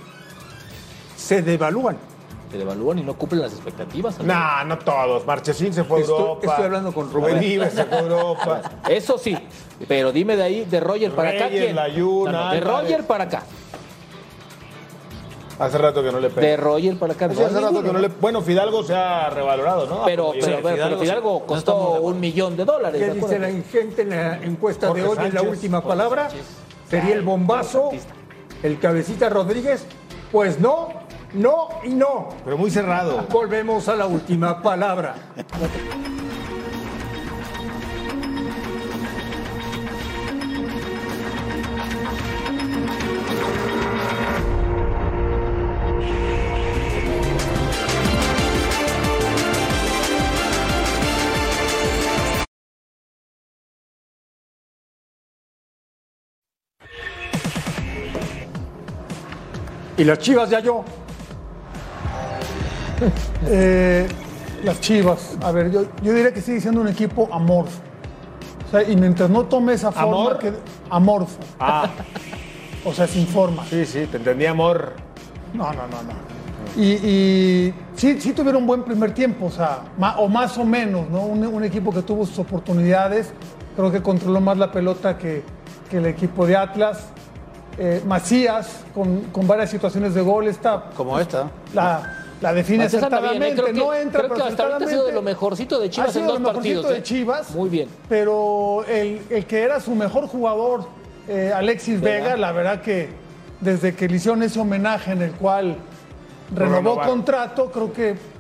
C: se devalúan.
G: Te devalúan y no cumplen las expectativas. André.
E: Nah, no todos. Marchesín se fue a
C: Estoy-
E: Europa.
C: estoy hablando con Rubén.
E: Benítez se fue a Europa.
G: Eso sí, pero dime de ahí, de Roger para acá.
E: Reyes,
G: ¿quién?
E: Layún,
G: de
E: Álvarez.
G: Roger para acá.
E: Hace rato que no le
G: De
E: pego.
G: Roger para acá. no
E: Sí,
G: hay
E: hace rato
G: ninguno.
E: que no le... Bueno, Fidalgo se ha revalorado, ¿no?
G: Pero,
E: Sí,
G: pero, pero
F: Fidalgo,
G: Fidalgo
F: sí. No
G: costó
F: estamos de acuerdo.
G: un millón de dólares.
C: ¿Qué
G: ¿de
C: dice
G: acuerdo?
C: la gente en la encuesta
E: Jorge
C: de hoy? en la
E: Sánchez.
C: última
E: Jorge
C: palabra.
G: Sánchez.
C: ¿Sería el bombazo? ¿El cabecita Rodríguez? Pues no, no y no.
E: pero muy cerrado.
C: Volvemos a la última palabra. Y las chivas ya yo.
D: Eh, las Chivas. A ver, yo, yo diría que sigue siendo un equipo amorfo. O sea, y mientras no tome esa forma
E: ¿Amor?
D: que amorfo,
E: Ah,
D: o sea, sin forma.
E: sí, sí, te entendí, amor.
D: No, no, no, no. Y, y sí, sí tuvieron un buen primer tiempo, o sea, ma- o más o menos, ¿no? Un, un equipo que tuvo sus oportunidades, creo que controló más la pelota que, que el equipo de Atlas. Eh, Macías, con, con varias situaciones de gol, esta
F: Como esta.
D: la, la define
G: Macías anda bien, ¿eh?
D: acertadamente,
G: Creo que-
D: no entra,
G: creo que
D: pero
G: hasta ahorita ha sido de lo
D: acertadamente.
G: mejorcito de Chivas
D: Ha sido
G: en dos
D: de lo mejorcito
G: partidos, ¿eh?
D: de Chivas.
G: Muy bien.
D: Pero el, el que era su mejor jugador, eh, Alexis
G: Vega.
D: Vega, la verdad que desde que le hicieron ese homenaje en el cual renovó
E: Renovaron.
D: contrato, creo que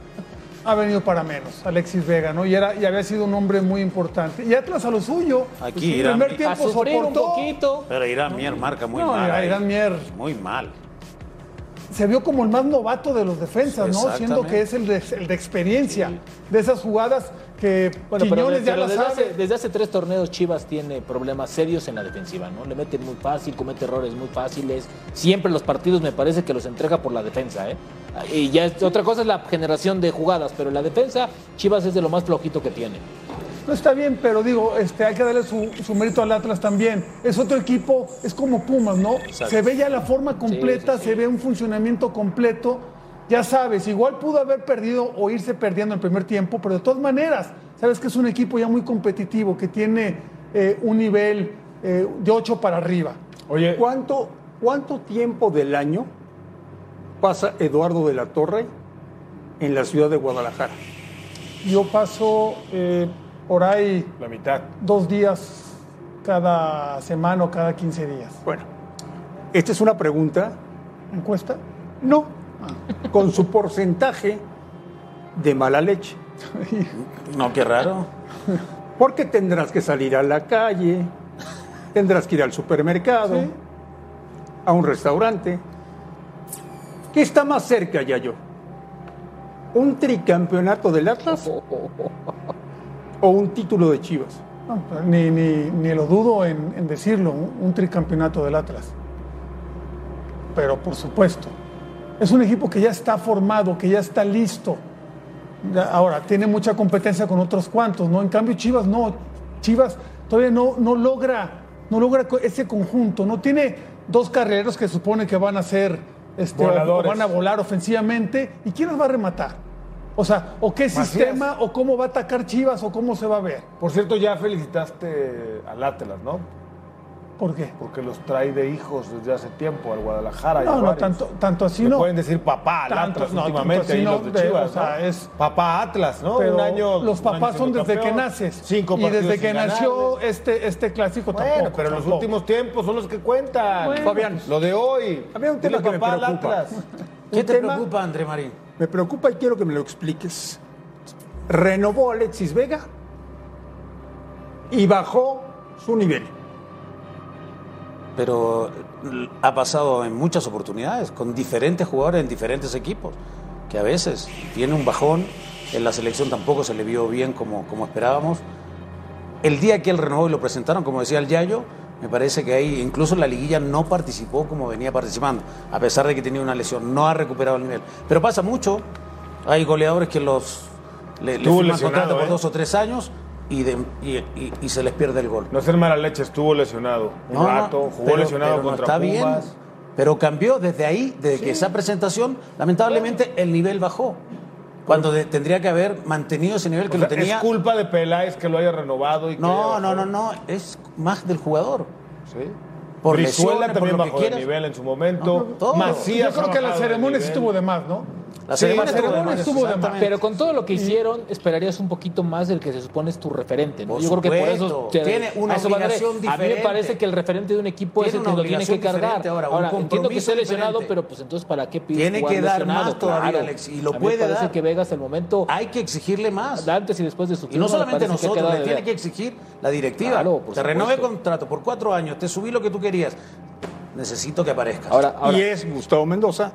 D: ha venido para menos Alexis Vega, ¿no? Y, era, y había sido un hombre muy importante. Y Atlas a lo suyo. pues,
F: Aquí
D: el
F: Irán.
D: primer
G: A
D: tiempo
G: sufrir un
D: soportó,
G: poquito.
F: Pero Irán Mier marca muy
D: No,
F: mal. ahí.
D: Irán Mier.
F: Muy mal.
D: se vio como el más novato de los defensas, ¿no?
F: Exactamente.
D: Siendo que es el de, el de experiencia, de esas jugadas que
G: Bueno, pero,
D: Quiñones ya
G: pero
D: las
G: desde,
D: sabe.
G: hace, desde hace tres torneos Chivas tiene problemas serios en la defensiva, ¿no? Le mete muy fácil, comete errores muy fáciles. Siempre los partidos me parece que los entrega por la defensa, ¿eh? Y ya es- otra cosa es la generación de jugadas, pero en la defensa Chivas es de lo más flojito que tiene.
D: No está bien, pero digo, este, hay que darle su, su mérito al Atlas también. Es otro equipo, es como Pumas, ¿no? Se ve ya la forma completa, se ve un funcionamiento completo. Ya sabes, igual pudo haber perdido o irse perdiendo en el primer tiempo, pero de todas maneras, sabes que es un equipo ya muy competitivo, que tiene eh, un nivel eh, de 8 para arriba.
E: Oye,
C: ¿Cuánto, ¿Cuánto tiempo del año pasa Eduardo de la Torre en la ciudad de Guadalajara?
D: Yo paso eh, por ahí
E: la mitad.
D: dos días cada semana o cada 15 días.
C: Bueno, esta es una pregunta,
D: ¿Encuesta?
C: no, con su porcentaje de mala leche.
F: No, qué raro.
C: Porque tendrás que salir a la calle, tendrás que ir al supermercado,
D: Sí.
C: a un restaurante. ¿Qué está más cerca, Yayo? ¿Un tricampeonato del Atlas o un título de Chivas?
D: No, pero ni, ni, ni lo dudo en, en decirlo, un, un tricampeonato del Atlas. Pero por supuesto, es un equipo que ya está formado, que ya está listo. Ya- Ahora, tiene mucha competencia con otros cuantos, ¿no? En cambio, Chivas no. Chivas todavía no, no logra, no logra co- ese conjunto, ¿no? Tiene dos carreros que supone que van a ser, este, o- o
E: Voladores.
D: van a volar ofensivamente. ¿Y quién los va a rematar? O sea, o qué
E: Macías.
D: sistema, o cómo va a atacar Chivas, o cómo se va a ver.
E: Por cierto, ya felicitaste al Atlas, ¿no?
D: ¿Por qué?
E: Porque los trae de hijos desde hace tiempo al Guadalajara. y a
D: No, no,
E: Juárez.
D: tanto, tanto así
E: Le
D: no.
E: pueden decir papá al
D: Tanto,
E: Atlas
D: no,
E: últimamente
D: tanto así
E: y
D: no,
E: los
D: de-
E: de Chivas.
D: o sea,
E: ¿no?
D: es-
E: papá Atlas, ¿no?
D: Pero
E: un año.
D: los
E: un año
D: papás son desde que
E: campeón,
D: naces.
E: Cinco
D: y desde
E: partidos
D: que
E: sin
D: nació
E: ganarles.
D: este, este clásico
E: Bueno,
D: tampoco.
E: pero los
D: tampoco.
E: últimos tiempos son los que cuentan.
D: Bueno.
C: Fabián.
E: Lo de hoy.
C: A mí hay un tema
E: Dile
C: que me
E: papá al
C: preocupa.
E: Atlas.
F: ¿Qué
C: Un
F: te
C: tema-
F: preocupa, André Marín?
C: Me preocupa y quiero que me lo expliques. Renovó Alexis Vega y bajó su nivel.
F: Pero l- ha pasado en muchas oportunidades, con diferentes jugadores en diferentes equipos, que a veces tiene un bajón, en la selección tampoco se le vio bien como, como esperábamos. El día que él renovó y lo presentaron, como decía el Yayo, me parece que ahí incluso en la liguilla no participó como venía participando, a pesar de que tenía una lesión, no ha recuperado el nivel. Pero pasa mucho, hay goleadores que los le, le
E: Estuvo
F: firman
E: lesionado,
F: contrato por
E: ¿eh?
F: dos o tres años y, de- y- y- y se les pierde el gol.
E: No ser mala leche, estuvo lesionado. Un
F: No, no,
E: rato, jugó
F: pero-
E: lesionado
F: pero no
E: contra
F: está
E: Pumas.
F: bien. Pero cambió desde ahí, desde que esa presentación, lamentablemente el nivel bajó. Cuando de- tendría que haber mantenido ese nivel que
E: O
F: lo
E: sea,
F: tenía.
E: Es culpa de Peláez que lo haya renovado y que
F: no,
E: haya
F: no, no,
E: bajado.
F: no, es más del jugador.
E: Sí.
F: Por
E: Brizuela
F: lesiones, por
E: también
F: lo que
E: bajó de
F: quieras.
E: nivel en su momento.
F: No, todo.
E: Macías
D: Yo creo que
E: ha
D: la
E: bajado de
D: ceremonia sí
E: nivel.
D: estuvo de más, ¿no?
F: La
D: Sí,
F: ceremonia
D: la
F: estuvo de
D: ceremonia
F: más,
D: estuvo de más.
F: exactamente.
G: Pero con todo lo que hicieron, esperarías un poquito más del que se supone es tu referente. ¿no?
F: Por
G: Yo creo que por eso.
F: supuesto. Tiene una
G: a eso va Andrés.
F: obligación
G: A mí me
F: diferente.
G: parece que el referente de un equipo
F: Tiene
G: es el
F: una
G: que lo tiene
F: obligación
G: que cargar.
F: diferente ahora,
G: Ahora,
F: un
G: entiendo que esté
F: compromiso
G: lesionado,
F: diferente.
G: pero pues entonces, ¿para qué pides
F: Tiene
G: jugar
F: que dar
G: lesionado?
F: más todavía,
G: Claro.
F: Alex, y lo
G: A mí me
F: puede
G: parece
F: dar.
G: que Vegas, el momento
F: Hay que exigirle más.
G: antes y después de su
F: Y
G: tiempo,
F: no
G: me
F: solamente
G: parece que ha
F: nosotros,
G: quedado
F: le
G: de
F: tiene
G: ver.
F: que exigir la directiva.
G: Claro, por
F: te renové
G: supuesto.
F: contrato por cuatro años, te subí lo que tú querías. Necesito que aparezcas.
G: Ahora, ahora
C: Y es Gustavo Mendoza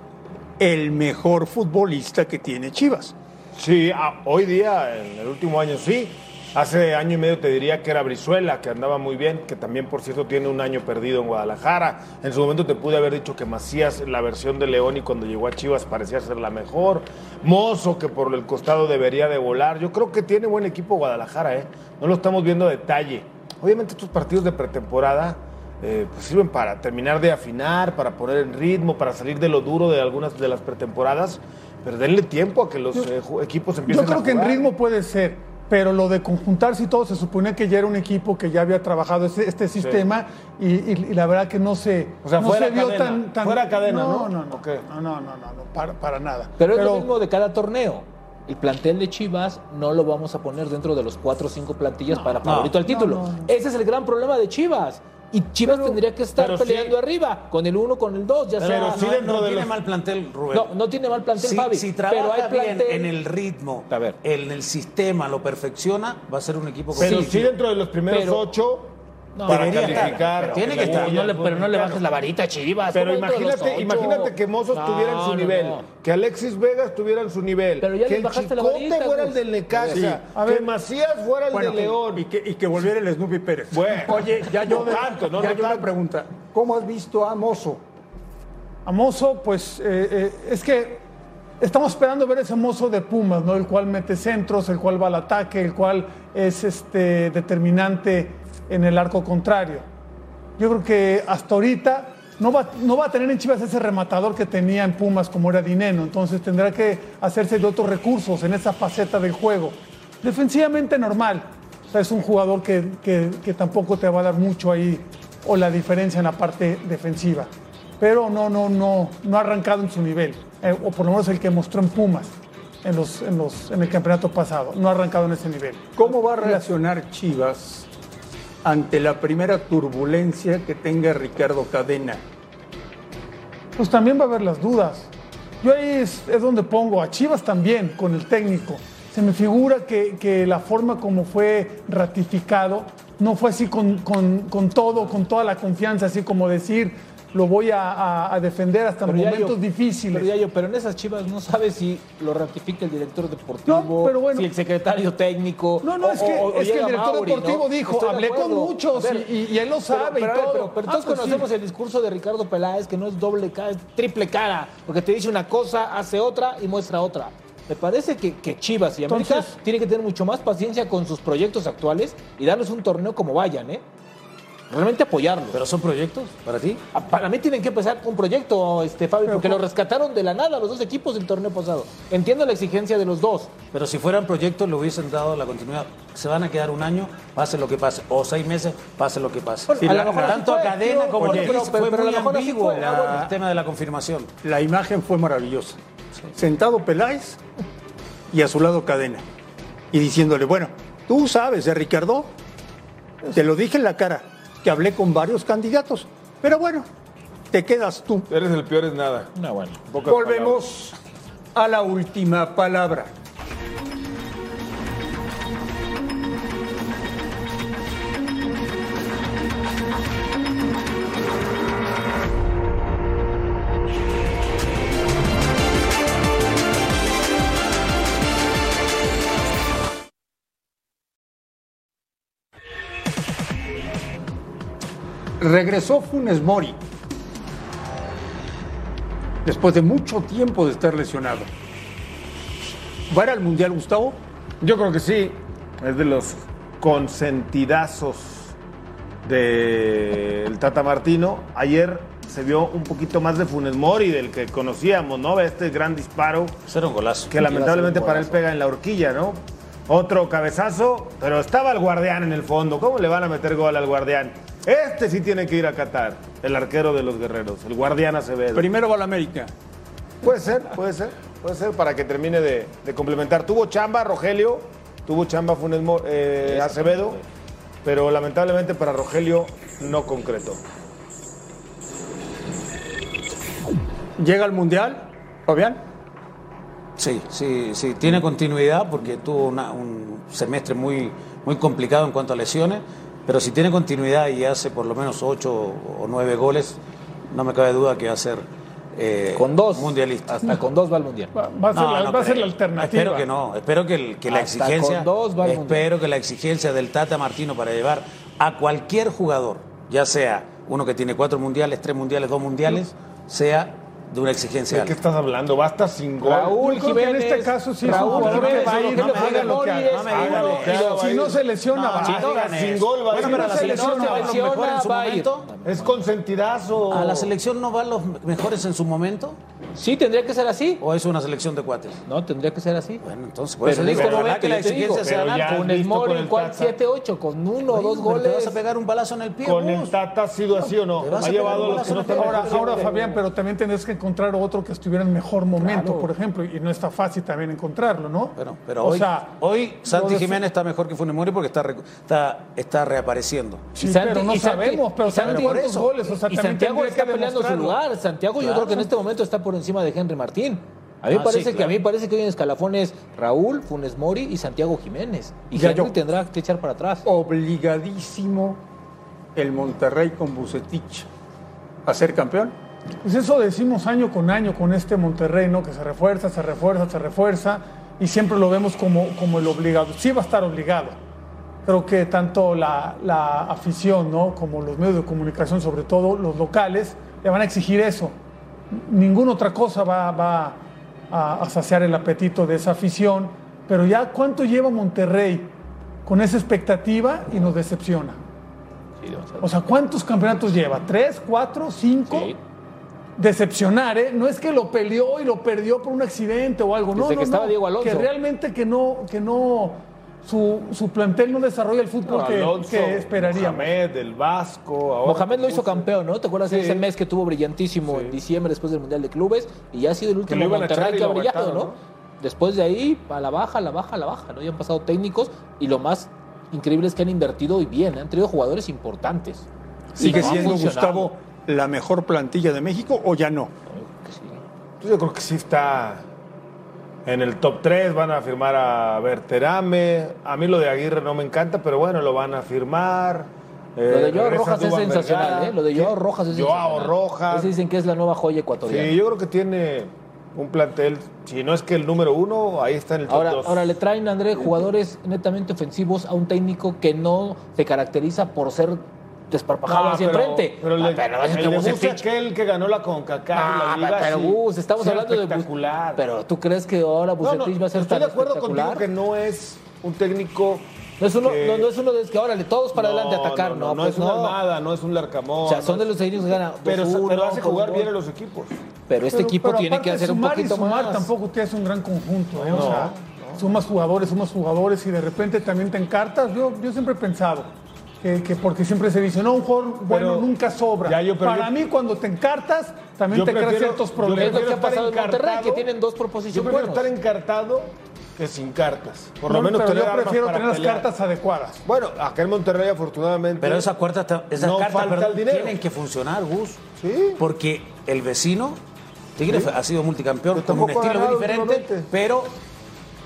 C: el mejor futbolista que tiene Chivas.
E: Sí, a- hoy día, en el último año sí. Hace año y medio te diría que era Brizuela, que andaba muy bien, que también, por cierto, tiene un año perdido en Guadalajara. En su momento te pude haber dicho que Macías, la versión de León y cuando llegó a Chivas parecía ser la mejor. Mozo, que por el costado debería de volar. Yo creo que tiene buen equipo Guadalajara, ¿eh? No lo estamos viendo a detalle. Obviamente estos partidos de pretemporada eh, pues sirven para terminar de afinar, para poner en ritmo, para salir de lo duro de algunas de las pretemporadas, pero denle tiempo a que los eh, ju- equipos empiecen
D: Yo
E: a
D: creo que en
E: jugar.
D: ritmo puede ser, pero lo de conjuntarse y todo, se suponía que ya era un equipo que ya había trabajado este, este sistema y, y- y la verdad que no se,
E: O sea,
D: no
E: fuera
D: se vio
E: cadena,
D: tan, tan-
E: fuera cadena, ¿no?
D: No, no, no,
E: Ok.
D: no, no, no, no, no, para, para nada.
G: Pero es lo mismo de cada torneo. El plantel de Chivas no lo vamos a poner dentro de los cuatro o cinco plantillas para favorito al título.
D: no, no.
G: Ese es el gran problema de Chivas. Y Chivas tendría que estar
E: pero sí.
G: peleando arriba, con el uno, con el dos, ya
F: Pero
G: sea.
F: sí
G: no,
F: no,
E: dentro
F: no
E: de
F: tiene
E: los-
F: mal plantel, Rubén.
G: no, no tiene mal plantel,
F: si,
G: Fabi.
F: si trabaja
G: pero hay
F: bien
G: plantel.
F: en el ritmo,
E: A ver.
F: en el sistema, lo perfecciona, va a ser un equipo
E: Pero sí,
G: Sí, sí.
E: dentro de los primeros
G: Pero-
E: ocho,
G: No,
E: para
F: debería estar.
E: calificar.
F: Pero tiene
E: en
F: que
E: la
F: estar.
G: No
E: Liga
G: le- pero no le
E: Mexicana.
G: bajes la varita a Chivas.
E: Pero
G: ¿Cómo dentro de los
E: imagínate,
G: ocho?
E: imagínate que Mozos
G: No,
E: tuviera su
G: no,
E: nivel,
G: no.
E: que Alexis Vegas tuviera su nivel,
G: Pero ya
E: que
G: le
E: el
G: bajaste la
E: Chicote
G: varita,
E: fuera el
G: Gus.
E: del Necaxa,
G: Sí.
D: A ver.
E: que Macías fuera el
C: Bueno,
E: de León.
C: Y, que, y que volviera el Snoopy Pérez.
E: Bueno.
C: Oye, ya yo,
E: No tanto, no,
C: ya
E: no
C: yo una
E: tanto.
C: pregunta. ¿Cómo has visto a Mozo?
D: A Mozo, pues eh, eh, es que estamos esperando ver ese Mozo de Pumas, ¿no? El cual mete centros, el cual va al ataque, el cual es este, determinante en el arco contrario. Yo creo que hasta ahorita no va, no va a tener en Chivas ese rematador que tenía en Pumas como era Dineno, entonces tendrá que hacerse de otros recursos en esa faceta del juego. Defensivamente normal, o sea, es un jugador que, que- que tampoco te va a dar mucho ahí o la diferencia en la parte defensiva, pero no, no, no, no ha arrancado en su nivel, eh, o por lo menos el que mostró en Pumas en, los, en, los, en el campeonato pasado, no ha arrancado en ese nivel.
C: ¿Cómo va a reaccionar Chivas ante la primera turbulencia que tenga Ricardo Cadena?
D: pues también va a haber las dudas. Yo ahí es, es donde pongo a Chivas también con el técnico. Se me figura que, que la forma como fue ratificado no fue así con, con- con todo, con toda la confianza, así como decir, lo voy a, a- a defender hasta
G: Pero ya
D: momentos
G: yo-
D: difíciles.
G: Pero, ya yo, pero en esas chivas no sabes si lo ratifica el director deportivo,
D: No, pero bueno.
G: si el secretario técnico.
D: No, no,
G: o-
D: es que,
G: o-
D: es
G: o
D: que el
G: llega
D: director
G: Mauri,
D: deportivo
G: ¿no?
D: dijo,
G: Estoy de
D: hablé con
G: acuerdo.
D: muchos
G: A ver,
D: y, y- y él lo
G: pero-
D: sabe
G: pero, a
D: y
G: ver,
D: todo.
G: Pero, pero
D: Ah,
G: todos
D: pues sí.
G: conocemos el discurso de Ricardo Peláez, que no es doble cara, es triple cara, porque te dice una cosa, hace otra y muestra otra. Me parece que, que Chivas y América
D: Entonces-
G: tienen que tener mucho más paciencia con sus proyectos actuales y darles un torneo como vayan, ¿eh? realmente apoyarlo.
F: ¿Pero son proyectos para ti?
G: Ah, Para mí tienen que empezar un proyecto, este, Fabio, porque lo rescataron de la nada los dos equipos del torneo pasado. Entiendo la exigencia de los dos.
F: Pero si fueran proyectos, le hubiesen dado la continuidad. Se van a quedar un año, pase lo que pase. O seis meses, pase lo que pase.
G: Bueno, Sí, a la- lo mejor así
F: tanto
G: fue,
F: Cadena
G: tío,
F: como
G: oye,
F: Ortiz
G: pero- pero-
F: fue
G: pero a
F: muy
G: lo mejor así
F: ambiguo
G: fue, ah, bueno.
F: el tema de la confirmación.
C: La imagen fue maravillosa. Sentado Peláez y a su lado Cadena. Y diciéndole, bueno, tú sabes de Ricardo, te lo dije en la cara, que hablé con varios candidatos, pero bueno, te quedas tú.
E: Eres el peor es nada.
G: No, bueno.
E: Pocas
C: Volvemos a la última palabra.
H: Regresó Funes Mori después de mucho tiempo de estar lesionado.
C: ¿Va a ir al Mundial Gustavo?
E: Yo creo que sí. Es de los consentidazos del Tata Martino. Ayer se vio un poquito más de Funes Mori, del que conocíamos, ¿no? Este gran disparo
F: Será un golazo.
E: que lamentablemente para él pega en la horquilla, ¿no? Otro cabezazo, pero estaba el guardián en el fondo. ¿Cómo le van a meter gol al guardián? Este sí tiene que ir a Qatar, el arquero de los guerreros, el guardián Acevedo.
C: Primero va la América.
E: Puede ser, puede ser, puede ser para que termine de, de complementar. Tuvo chamba Rogelio, tuvo chamba Funes Mo- eh, Acevedo, pero lamentablemente para Rogelio no concretó.
C: Llega al Mundial, Fabián.
F: Sí, sí, sí, tiene continuidad porque tuvo una- un semestre muy, muy complicado en cuanto a lesiones, pero si tiene continuidad y hace por lo menos ocho o nueve goles, no me cabe duda que va a ser eh,
G: Con dos.
F: mundialista.
G: Hasta con dos va al mundial.
D: Va, va a ser,
F: No,
D: la,
F: no
D: va a ser
F: creo.
D: la alternativa.
F: Espero que no, espero que, el- que la
G: Hasta
F: exigencia
G: con dos va al
F: espero que la exigencia del Tata Martino para llevar a cualquier jugador, ya sea uno que tiene cuatro mundiales, tres mundiales, dos mundiales, sea de una exigencia
E: ¿De qué
F: alta.
E: estás hablando? Basta sin gol.
G: Raúl
D: Yo creo que en
G: Jiménez,
D: este caso sí es
G: Raúl
D: un jugador
G: Jiménez,
D: que va a ir,
G: no me
D: haga
G: digan
D: lo que haga.
G: no me digan
D: Hágalo,
G: lo que
D: hágalo,
G: haga.
D: Si no se lesiona, va.
F: no
E: Digas,
F: ganes.
E: sin gol va a
G: Bueno,
E: ir
G: pero
E: a la
G: se
E: selección.
G: lesiona,
E: ¿no?
G: va a ir. va a ir.
E: Es consentidazo.
F: ¿A la selección no van los mejores en su momento?
G: Sí, tendría que ser así.
F: ¿O es una selección de cuates?
G: No, tendría que ser así.
F: Bueno, entonces por eso
G: Pero en
F: digo,
G: este
F: ojalá
G: momento
F: que la
G: yo te digo,
F: exigencia sea
E: pero ya
F: alta.
E: has
G: Funes
E: visto con
G: Mori,
E: el
G: ¿cuál?
E: Tata.
G: 7-8, con uno o dos
F: Pero ¿Te vas
G: goles.
F: a pegar un balazo en el pie?
E: Con
F: Gus.
E: el Tata ha sido así o no.
F: Te vas
E: Ha
F: a
E: llevado
F: pegar
E: a los que no
F: un golazo en el
E: tenemos.
D: Ahora, ahora Fabián, pero también tendrías que encontrar otro que estuviera en mejor momento,
G: Claro.
D: por ejemplo, y no está fácil también encontrarlo, ¿no?
F: Bueno, pero
D: O
F: hoy,
D: sea,
G: Oh,
F: hoy
D: lo
F: Santi
D: de-
F: Jiménez está mejor que Funes Mori porque está, recu- está, está reapareciendo.
D: Sí,
G: Y Santi-
D: pero no
G: y Santi-
D: sabemos, pero
G: y Santi-
D: sabemos
G: por
D: cuántos
G: eso.
D: goles, o sea,
G: y
D: también
G: Santiago
D: tendría
G: está
D: que
G: peleando su
D: demostrarlo.
G: lugar. Santiago yo
F: Claro.
G: creo que en este momento está por encima de Henry Martín. A mí
F: Ah,
G: parece
F: sí,
G: que a
F: claro.
G: mí parece que hoy en escalafón es Raúl, Funes Mori y Santiago Jiménez. Y
C: Ya
G: Henry
C: yo.
G: tendrá que echar para atrás.
C: Obligadísimo el Monterrey con Bucetich a ser campeón.
D: Pues eso decimos año con año con este Monterrey, ¿no? Que se refuerza, se refuerza, se refuerza y siempre lo vemos como, como el obligado. Sí va a estar obligado. Creo que tanto la, la afición, ¿no? Como los medios de comunicación, sobre todo los locales, le van a exigir eso. Ninguna otra cosa va, va a, a saciar el apetito de esa afición. Pero ya cuánto lleva Monterrey con esa expectativa y nos decepciona.
G: Sí, demasiado.
D: O sea, ¿cuántos campeonatos lleva? ¿Tres, cuatro, cinco?
G: Sí.
D: decepcionar, ¿eh? No es que lo peleó y lo perdió por un accidente o algo, no.
G: Desde
D: no,
G: que estaba
D: no,
G: Diego Alonso.
D: Que realmente que no, que no, su, su plantel no desarrolla el fútbol que,
E: Alonso,
D: que esperaríamos.
E: Mohamed, el Vasco. ahora
G: Mohamed lo
E: Campuzzo.
G: hizo campeón, ¿no? ¿Te acuerdas de ese mes que tuvo brillantísimo en diciembre después del Mundial de Clubes? Y ya ha sido el
E: lo
G: último
E: iban a
G: Monterrey
E: echar y
G: que ha
E: lo
G: brillado, ¿no?
E: aguantaron,
G: Después de ahí, a la baja, a la baja, a la baja, ¿no? Ya han pasado técnicos y lo más increíble es que han invertido y bien, han traído jugadores importantes.
C: ¿Sigue
G: Y no ha
C: siendo,
G: funcionado.
C: Gustavo, la mejor plantilla de México o ya no?
G: Que sí.
E: Pues Yo creo que sí está en el top 3. Van a firmar a Berterame. A mí lo de Aguirre no me encanta, pero bueno, lo van a firmar. Eh,
G: Lo de Joao
E: regresa
G: Rojas es
E: Dubán
G: sensacional,
E: Vergara.
G: ¿eh? Lo de Joao Rojas es
E: Joao
G: sensacional.
E: Rojas.
G: Ese dicen que es la nueva joya ecuatoriana.
E: Sí, yo creo que tiene un plantel. Si no es que el número uno, ahí está en el top
G: Ahora,
E: 2.
G: ahora le traen, André, jugadores netamente ofensivos a un técnico que no se caracteriza por ser desparpajado hacia enfrente.
E: Pero
G: Ah,
E: le,
G: pero no es que
E: el de
G: Bucetich-
E: Bucetich, aquel que ganó la CONCACAF.
G: Ah,
E: la liga,
G: pero
E: sí,
G: Gus, estamos
E: sí,
G: hablando de Bus.
E: espectacular.
G: Pero ¿tú crees que ahora
E: No,
G: Bucetich
E: no,
G: va a ser
E: estoy
G: tan
E: de acuerdo contigo
G: espectacular?
E: que no es un técnico
G: No es uno,
E: que-
G: no, no es uno de los que, órale, todos para adelante a atacar.
E: No,
G: No,
E: no
G: pues
E: es una
G: no.
E: Almada, no es un Larcamón.
G: O sea,
E: no
G: son de
E: es-
G: los técnicos que ganan.
E: Pero,
G: 2-1,
E: pero hace jugar
G: con
E: bien a
G: gol.
E: los equipos.
G: Pero este
D: Pero-
G: equipo
D: pero
G: tiene que
D: aparte,
G: hacer un
D: sumar y
G: poquito
D: sumar
G: más.
D: tampoco tienes un gran conjunto, ¿eh? O sea, sumas jugadores, sumas jugadores y de repente también te encartas. Yo, yo siempre he pensado que, que porque siempre se dice, no, un jugador bueno
E: Pero-
D: nunca sobra.
E: Ya, yo- pero
D: Para
E: yo-
D: mí, cuando te encartas, también
E: Yo
D: te creas
E: prefiero-
D: ciertos
E: yo
G: Es
D: problemas.
G: lo que
E: prefiero
G: ha pasado en
E: estar
G: Monterrey, que
E: encartado.
G: tienen dos
E: Yo
G: proposiciones
E: prefiero
G: buenas.
E: estar encartado que sin cartas. Por lo
D: No,
E: menos
D: pero
E: tener
D: yo
E: armas
D: prefiero
E: para
D: tener las
E: pelear.
D: cartas adecuadas.
E: Bueno, acá en Monterrey, afortunadamente.
F: Pero esas cuartas, ta- esas
E: No
F: cartas
E: falta
F: perdón,
E: el dinero.
F: tienen que funcionar, Gus.
E: Sí.
F: Porque el vecino, Tigre ha sido multicampeón
E: Pero
F: con un
E: tampoco ha
F: estilo muy
E: ganado
F: diferente,
E: últimamente.
F: pero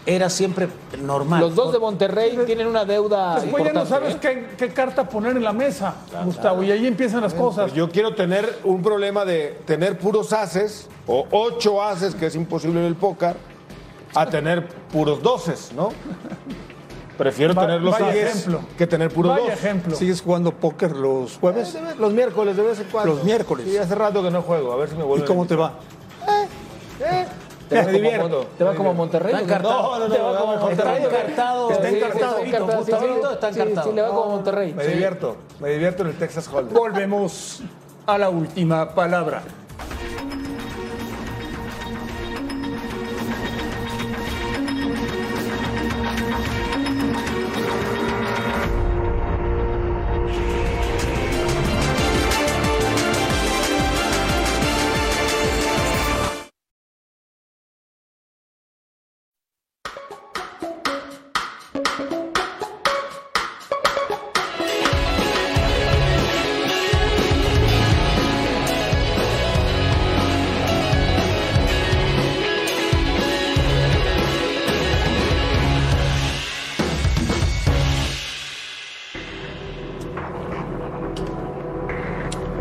F: era siempre normal.
G: Los dos de Monterrey tienen una deuda
D: Después Pues, ya no
G: importante.
D: sabes
G: ¿eh?
D: qué, qué carta poner en la mesa, Gustavo, y ahí empiezan las cosas.
E: Pues Yo quiero tener un problema de tener puros haces o ocho haces, que es imposible en el póker, a tener puros doces, ¿no? Prefiero
D: Va-
E: tener los
D: vaya
E: haces
D: ejemplo.
E: que tener puros
D: Vaya
E: doces.
D: ejemplo.
C: ¿Sigues jugando póker los jueves?
E: Los miércoles, Eh, de vez en cuando.
C: Los miércoles.
E: Sí, hace rato que no juego, a ver si me
C: ¿Y
E: vuelvo.
C: cómo te va?
G: Te va
E: Me
G: como
E: divierto.
G: Mon- te va como Monterrey.
F: Está encartado.
E: No, no, no,
G: Te va
E: no,
G: como
E: no,
G: Monterrey.
E: está
F: encartado.
G: Sí,
F: Está
G: sí,
F: encartado.
G: Está encartado. Sí,
F: Gustavo,
G: sí,
F: está
G: sí,
F: encartado.
G: Sí, le va como Monterrey.
E: Me
G: Sí.
E: divierto, me divierto en el Texas Hold'em.
C: Volvemos a la última palabra.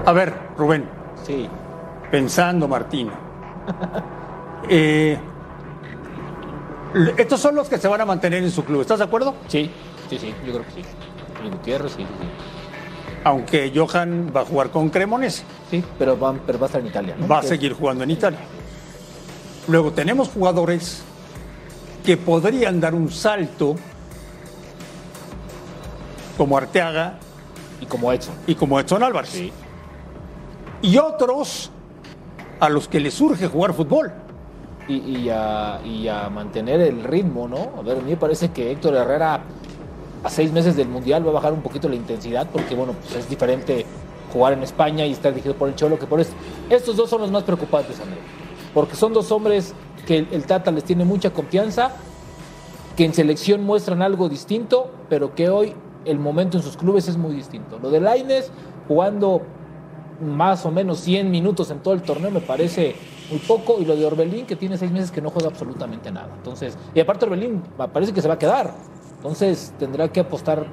C: A ver, Rubén,
G: Sí.
C: pensando Martín. Eh, l- estos son los que se van a mantener en su club, ¿estás de acuerdo?
G: Sí, sí, sí, yo creo que sí. Y Gutiérrez, sí, sí,
C: Aunque Johan va a jugar con Cremonese,
G: sí. Sí, pero va, pero va a estar en Italia. ¿no?
C: va a
G: Que-
C: seguir jugando en Italia. Luego tenemos jugadores que podrían dar un salto, como Arteaga,
G: Y como Edson.
C: y como Edson Álvarez.
G: Sí.
C: Y otros a los que les surge jugar fútbol.
G: Y, y, a, y a mantener el ritmo, ¿no? A ver, a mí me parece que Héctor Herrera a seis meses del Mundial va a bajar un poquito la intensidad porque, bueno, pues es diferente jugar en España y estar dirigido por el Cholo que por esto. Estos dos son los más preocupantes, André. Porque son dos hombres que el, el Tata les tiene mucha confianza, que en selección muestran algo distinto, pero que hoy el momento en sus clubes es muy distinto. Lo de Laines jugando más o menos 100 minutos en todo el torneo me parece muy poco. Y lo de Orbelín, que tiene seis meses que no juega absolutamente nada. Entonces, y aparte Orbelín me parece que se va a quedar. Entonces tendrá que apostar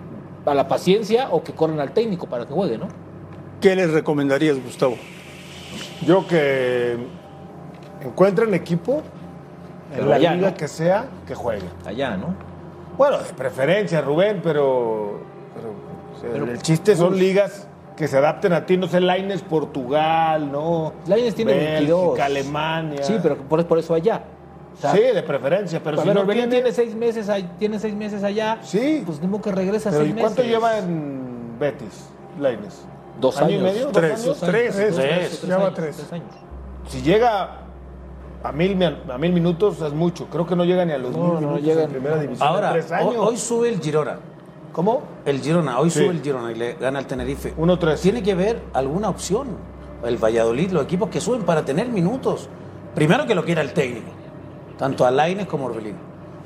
G: a la paciencia o que corran al técnico para que juegue, ¿no?
C: ¿Qué les recomendarías, Gustavo?
E: Yo que encuentren equipo
G: Pero
E: en la
G: allá,
E: liga
G: ¿no?
E: que sea, que jueguen.
G: Allá, ¿no?
E: Bueno, de preferencia, Rubén, pero, pero, o sea, el chiste son ligas que se adapten a ti, no sé, Laines Portugal, ¿no?
G: Lainez tiene
E: Bélgica,
G: 22.
E: Alemania.
G: Sí, pero por, por eso allá. O sea,
E: sí, de preferencia, pero
G: a
E: si
G: ver,
E: no
G: Orbelín
E: tiene...
G: tiene seis meses, ahí- tiene seis meses allá.
E: Sí.
G: Pues mismo que regresa
E: pero
G: seis
E: ¿y cuánto
G: meses.
E: lleva en Betis, Laines?
G: Dos
E: ¿Año
G: años.
E: y medio? ¿Dos
C: Tres,
E: años?
C: dos años.
E: Tres.
G: Tres,
D: Lleva
G: años,
D: tres.
G: años.
E: Si llega a mil, mi- a mil minutos, es mucho. Creo que no llega ni a los
G: No,
E: mil
G: no
E: minutos
G: llegan.
E: en primera división en
F: Ahora,
E: tres
F: ho-
E: años.
F: hoy sube el Girona.
E: ¿Cómo?
F: El Girona, hoy
E: Sí.
F: sube el Girona y le gana al Tenerife.
E: 1-3.
F: Tiene que ver alguna opción. El Valladolid, los equipos que suben para tener minutos. Primero que lo quiera el técnico, tanto a Laines como a Orbelín.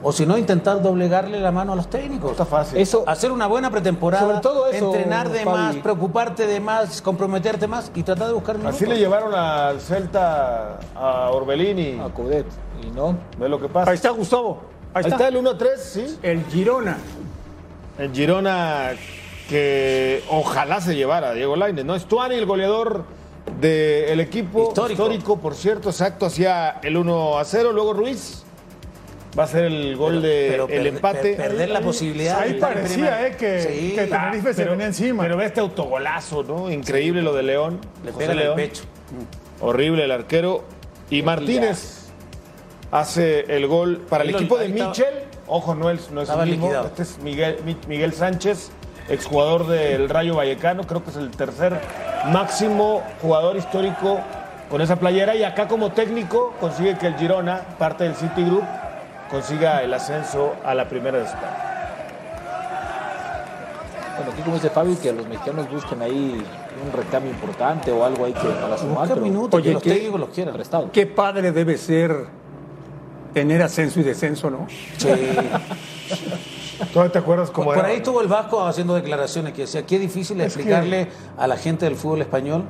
F: O si no, intentar doblegarle la mano a los técnicos.
E: Está fácil.
G: Eso,
F: Hacer una buena pretemporada,
G: Sobre todo eso,
F: entrenar de
G: Fabi.
F: más, preocuparte de más, comprometerte más y tratar de buscar minutos.
E: Así le llevaron al Celta a Orbelín y
G: a Coudet, y no.
E: ve lo que pasa.
C: Ahí está, Gustavo. Ahí,
E: Ahí
C: está.
E: está el 1-3, sí.
C: El Girona.
E: El Girona que ojalá se llevara a Diego Lainez, ¿no? Estuani, el goleador del equipo
F: Histórico.
E: por cierto, exacto, hacía el 1 a 0, luego Ruiz va a ser el gol de
F: pero
E: eh, el
F: perde-
E: empate.
F: per- perder la posibilidad.
D: Ahí
F: de estar en
D: parecía
F: primera.
D: eh, que,
F: Sí,
D: que
F: ah,
D: Tenerife se
E: pero-
D: venía encima.
E: Pero ve este autogolazo, ¿no? Increíble lo de León.
F: le
E: José
F: pega en el
E: León.
F: pecho.
E: Horrible el arquero. Y Martínez hace el gol para el
F: Ahí lo-
E: equipo de
F: ahí estaba-
E: Michel. Ojo, no es, no es
F: Estaba
E: el mismo.
F: liquidado.
E: Este es Miguel, Mi- Miguel Sánchez, exjugador del Rayo Vallecano. Creo que es el tercer máximo jugador histórico con esa playera. Y acá, como técnico, consigue que el Girona, parte del Citigroup, consiga el ascenso a la primera de España.
G: Bueno, aquí como dice Fabio, que los mexicanos busquen ahí un recambio importante o algo ahí que para sumar.
F: Busca
G: pero-
F: minutos,
G: Oye,
F: que los
G: ¿qué?
F: técnicos los quieran.
G: Prestado.
C: Qué padre debe ser tener ascenso y descenso, ¿no?
F: Sí.
E: ¿Todavía te acuerdas cómo
F: Por,
E: era?
F: por ahí estuvo el Vasco haciendo declaraciones que decía, qué difícil
E: Es que-
F: explicarle a la gente del fútbol español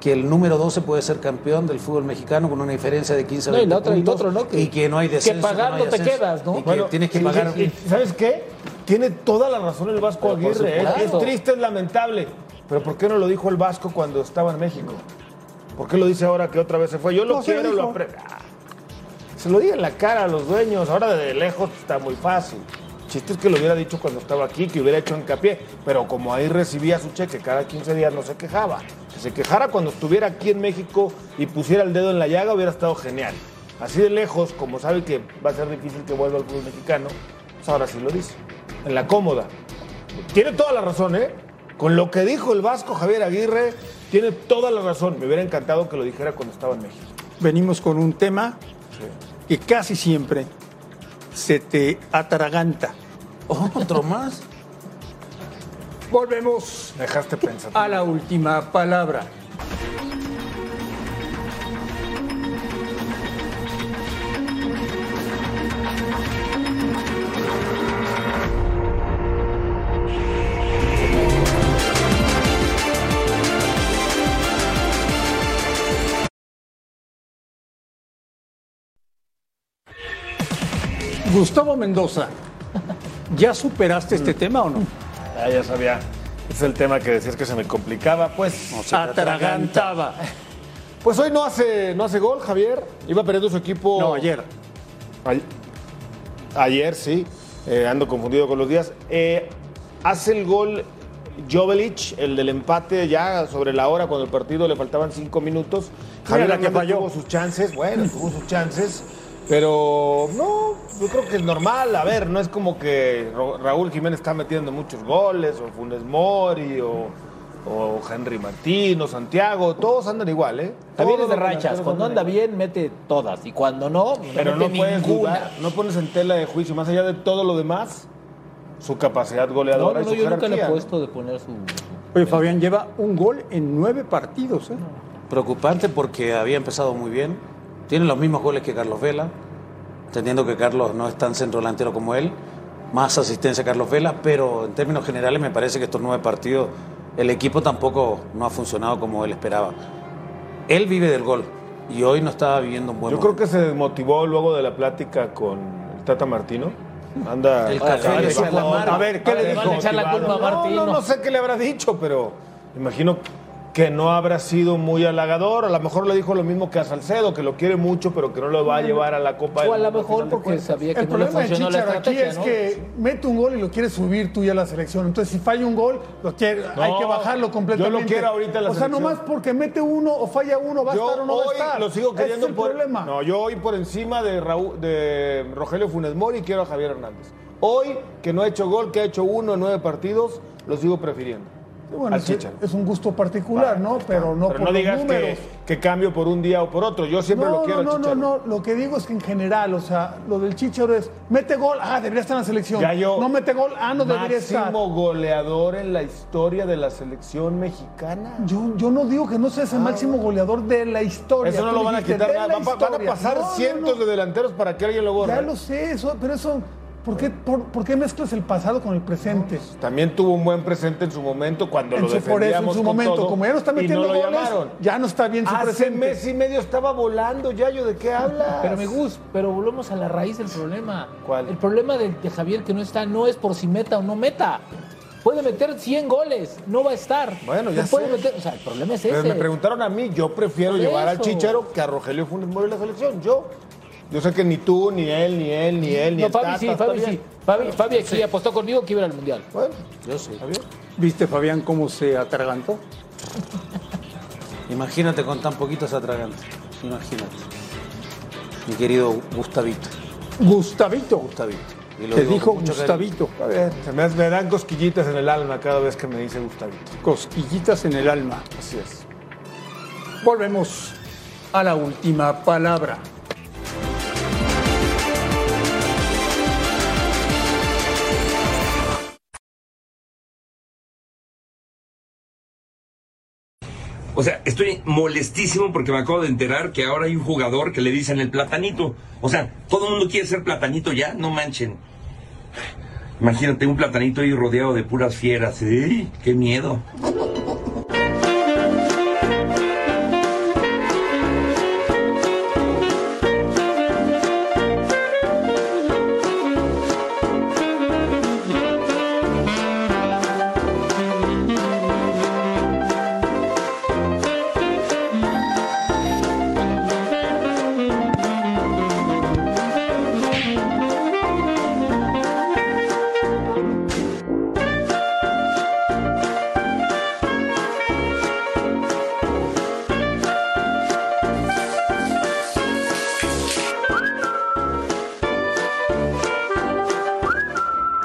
F: que el número 12 puede ser campeón del fútbol mexicano con una diferencia de 15 a
G: No, y
F: 20
G: la otra- y lo
F: puntos
G: otro, ¿no? Que-
F: y que no hay
G: que
F: descenso.
G: pagando
F: hay
G: te
F: ascenso,
G: quedas, ¿no?
F: Y que
G: Bueno,
F: tienes que
E: y-
F: pagar...
E: y- y ¿Sabes qué? Tiene toda la razón el Vasco
G: Pero por
E: Aguirre. ¿eh? Es,
G: supuesto.
E: es triste, es lamentable. Pero ¿por qué no lo dijo el Vasco cuando estaba en México? ¿Por qué lo dice ahora que otra vez se fue? Yo lo
D: No, sí lo
E: quiero, lo
D: dijo.
E: apre- Ah. Se lo diga en la cara a los dueños. Ahora de lejos está muy fácil. Chiste es que lo hubiera dicho cuando estaba aquí, que hubiera hecho hincapié. Pero como ahí recibía su cheque cada 15 días, no se quejaba. Si se quejara cuando estuviera aquí en México y pusiera el dedo en la llaga, hubiera estado genial. Así de lejos, como sabe que va a ser difícil que vuelva al club mexicano, pues ahora sí lo dice. En la cómoda. Tiene toda la razón, ¿eh? Con lo que dijo el vasco Javier Aguirre, tiene toda la razón. Me hubiera encantado que lo dijera cuando estaba en México.
C: Venimos con un tema que casi siempre se te atraganta.
F: Otro más.
C: Volvemos
E: Me dejaste pensar.
C: a la última palabra. Gustavo Mendoza, ¿ya superaste este tema o no?
E: Ah, ya sabía. Es el tema que decías que se me complicaba, pues.
C: Atragantaba.
E: Pues hoy no hace, no hace gol, Javier. Iba perdiendo su equipo.
C: No, ayer.
E: Ay- ayer, sí. Eh, ando confundido con los días. Eh, hace el gol Jovelic, el del empate ya sobre la hora, cuando el partido le faltaban cinco minutos. Javier
C: la que
E: Hernández
C: falló.
E: tuvo sus chances, bueno, tuvo sus chances. Pero no, yo creo que es normal. A ver, no es como que Ro- Raúl Jiménez está metiendo muchos goles, o Funes Mori, o, o Henry Martín, o Santiago. Todos andan igual, ¿eh?
G: Javier es
E: Todos los
G: de rachas.
E: delanteros
G: Cuando
E: andan
G: anda bien, mete todas. Y cuando no,
E: pero no
G: mete
E: puedes
G: ninguna.
E: dudar, no pones en tela de juicio, más allá de todo lo demás, su capacidad
G: No,
E: goleadora
G: no,
E: y
G: no,
E: su
G: yo nunca le he
E: jerarquía.
G: puesto de poner su.
C: Oye, Fabián lleva un gol en nueve partidos. ¿eh?
F: Preocupante porque había empezado muy bien. Tiene los mismos goles que Carlos Vela, entendiendo que Carlos no es tan centro delantero como él. Más asistencia a Carlos Vela, pero en términos generales me parece que estos nueve partidos el equipo tampoco no ha funcionado como él esperaba. Él vive del gol y hoy no estaba viviendo un buen
E: Yo creo
F: momento.
E: que se desmotivó luego de la plática con el Tata Martino. Anda.
F: El café
E: Anda
F: le
E: equipo-
F: hizo la mano.
E: A ver, ¿qué
G: Ahora
E: le
G: le
E: dijo?
G: van a echar la culpa a
E: No,
G: Martino.
E: No, no sé qué le habrá dicho, pero imagino que no habrá sido muy halagador. A lo mejor le dijo lo mismo que a Salcedo, que lo quiere mucho, pero que no lo va a llevar a la Copa.
G: O a
E: del Mundo, al
G: lo mejor
E: final de
G: porque
E: cuentas.
G: pues, sabía que
D: pues, El
G: no le
D: problema de
G: funcionó la
D: Chicharo aquí
G: estrategia,
D: es
G: ¿no?
D: que mete un gol y lo quiere subir tú ya a la selección. Entonces, si falla un gol, lo quiere- hay que bajarlo completamente.
E: yo lo quiero ahorita a la
D: O sea,
E: selección.
D: nomás porque mete uno o falla uno, va a estar o no va a
E: hoy
D: estar.
E: Lo sigo
D: Ese
E: queriendo
D: es el
E: por
D: problema.
E: No, yo hoy por encima de Raúl, de Rogelio Funes Mori quiero a Javier Hernández. Hoy que no ha hecho gol, que ha hecho uno en nueve partidos, lo sigo prefiriendo.
D: Bueno,
E: al
D: es,
E: Chicharo. pues,
D: es un gusto particular, ¿no? Pero no
E: Pero
D: por
E: no
D: los
E: digas que,
D: números.
E: que cambio por un día o por otro. Yo siempre lo
D: No,
E: quiero
D: no,
E: al
D: no, no,
E: Chicharo.
D: no. Lo que digo es que en general, o sea, lo del Chicharo es mete gol, ah, debería estar en la selección.
E: Ya yo-
D: no mete gol, ah, no debería estar.
E: Máximo goleador en la historia de la selección mexicana.
D: Yo, yo no digo que no seas el máximo goleador de la historia.
E: Ah, Eso no
D: Tú
E: lo van a
D: dijiste,
E: quitar.
D: de
E: nada.
D: la
E: Van, pa- van a
D: historia.
E: pasar
D: No, no, no.
E: cientos de delanteros para que alguien lo borre.
D: Ya lo sé, eso, pero eso, ¿por qué, por, por qué mezclas el pasado con el presente?
E: También tuvo un buen presente en su momento cuando
D: En
E: lo
D: su, por eso, en
E: defendíamos
D: su
E: con
D: momento,
E: todo
D: como ya no está
E: y
D: metiendo
E: lo
D: goles,
E: llamaron.
D: ya no está bien su
E: Hace
D: presente.
E: mes y medio estaba volando, Yayo, ¿de qué hablas?
G: Pero me gusta, pero volvemos a la raíz del problema.
E: ¿Cuál?
G: El problema de, de Javier que no está no es por si meta o no meta. Puede meter 100 goles, no va a estar.
E: Bueno, ya
G: No puede
E: sé.
G: meter- o sea, el problema es
E: Pero
G: ese.
E: me preguntaron a mí, yo prefiero
G: Por
E: llevar al
G: eso.
E: Chicharo que a Rogelio Funes Mori en la selección. Yo, yo sé que ni tú, ni él, ni él, ni él, ni
G: no,
E: el
G: Fabi
E: Tata,
G: sí,
E: está
G: Fabi
E: bien.
G: sí. Fabi, Fabi aquí apostó conmigo que iba a ir al mundial.
E: Bueno,
F: Yo sí.
C: ¿Viste, Fabián, cómo se atragantó?
F: Imagínate con tan poquitos atragantes. Imagínate. Mi querido Gustavito.
C: Gustavito,
F: Gustavito. Y lo
C: Te
F: digo
C: dijo
F: con mucho
C: Gustavito,
E: Está bien, se me, me dan cosquillitas en el alma cada vez que me dice Gustavito.
C: cosquillitas en el alma.
E: Así es.
C: Volvemos a la última palabra.
I: O sea, estoy molestísimo porque me acabo de enterar que ahora hay un jugador que le dicen el platanito. O sea, todo el mundo quiere ser platanito ya, no manchen. Imagínate un platanito ahí rodeado de puras fieras. ¡Ey! ¡Qué miedo!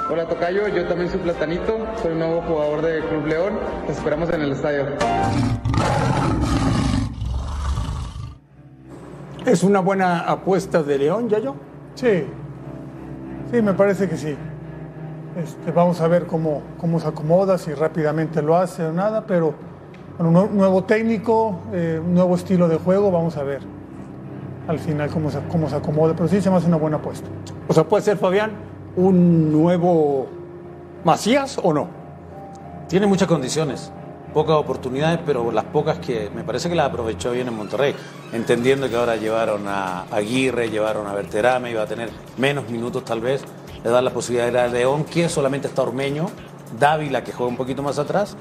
J: Hola Tocayo, yo también soy Platanito, soy un nuevo jugador de Club León, te esperamos en el estadio.
C: Es una buena apuesta de León, ya yo.
D: Sí, sí, me parece que sí. Este, vamos a ver cómo, cómo se acomoda, si rápidamente lo hace o nada, pero bueno, un nue- nuevo técnico, eh, un nuevo estilo de juego, vamos a ver al final cómo se, cómo se acomoda, pero sí se me hace una buena apuesta.
C: O sea, puede ser, Fabián, un nuevo Macías o no.
F: Tiene muchas condiciones, pocas oportunidades, pero las pocas que me parece que las aprovechó bien en Monterrey, entendiendo que ahora llevaron a Aguirre, llevaron a Berterame, iba a tener menos minutos tal vez, le da la posibilidad a León, que solamente está Ormeño, Dávila, que juega un poquito más atrás,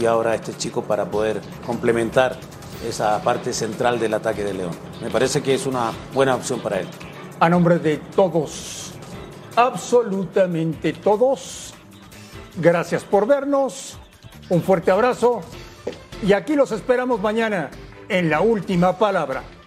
F: y ahora este chico para poder complementar esa parte central del ataque de León. Me parece que es una buena opción para él.
C: A nombre de todos, absolutamente todos, gracias por vernos, un fuerte abrazo y aquí los esperamos mañana en la última palabra.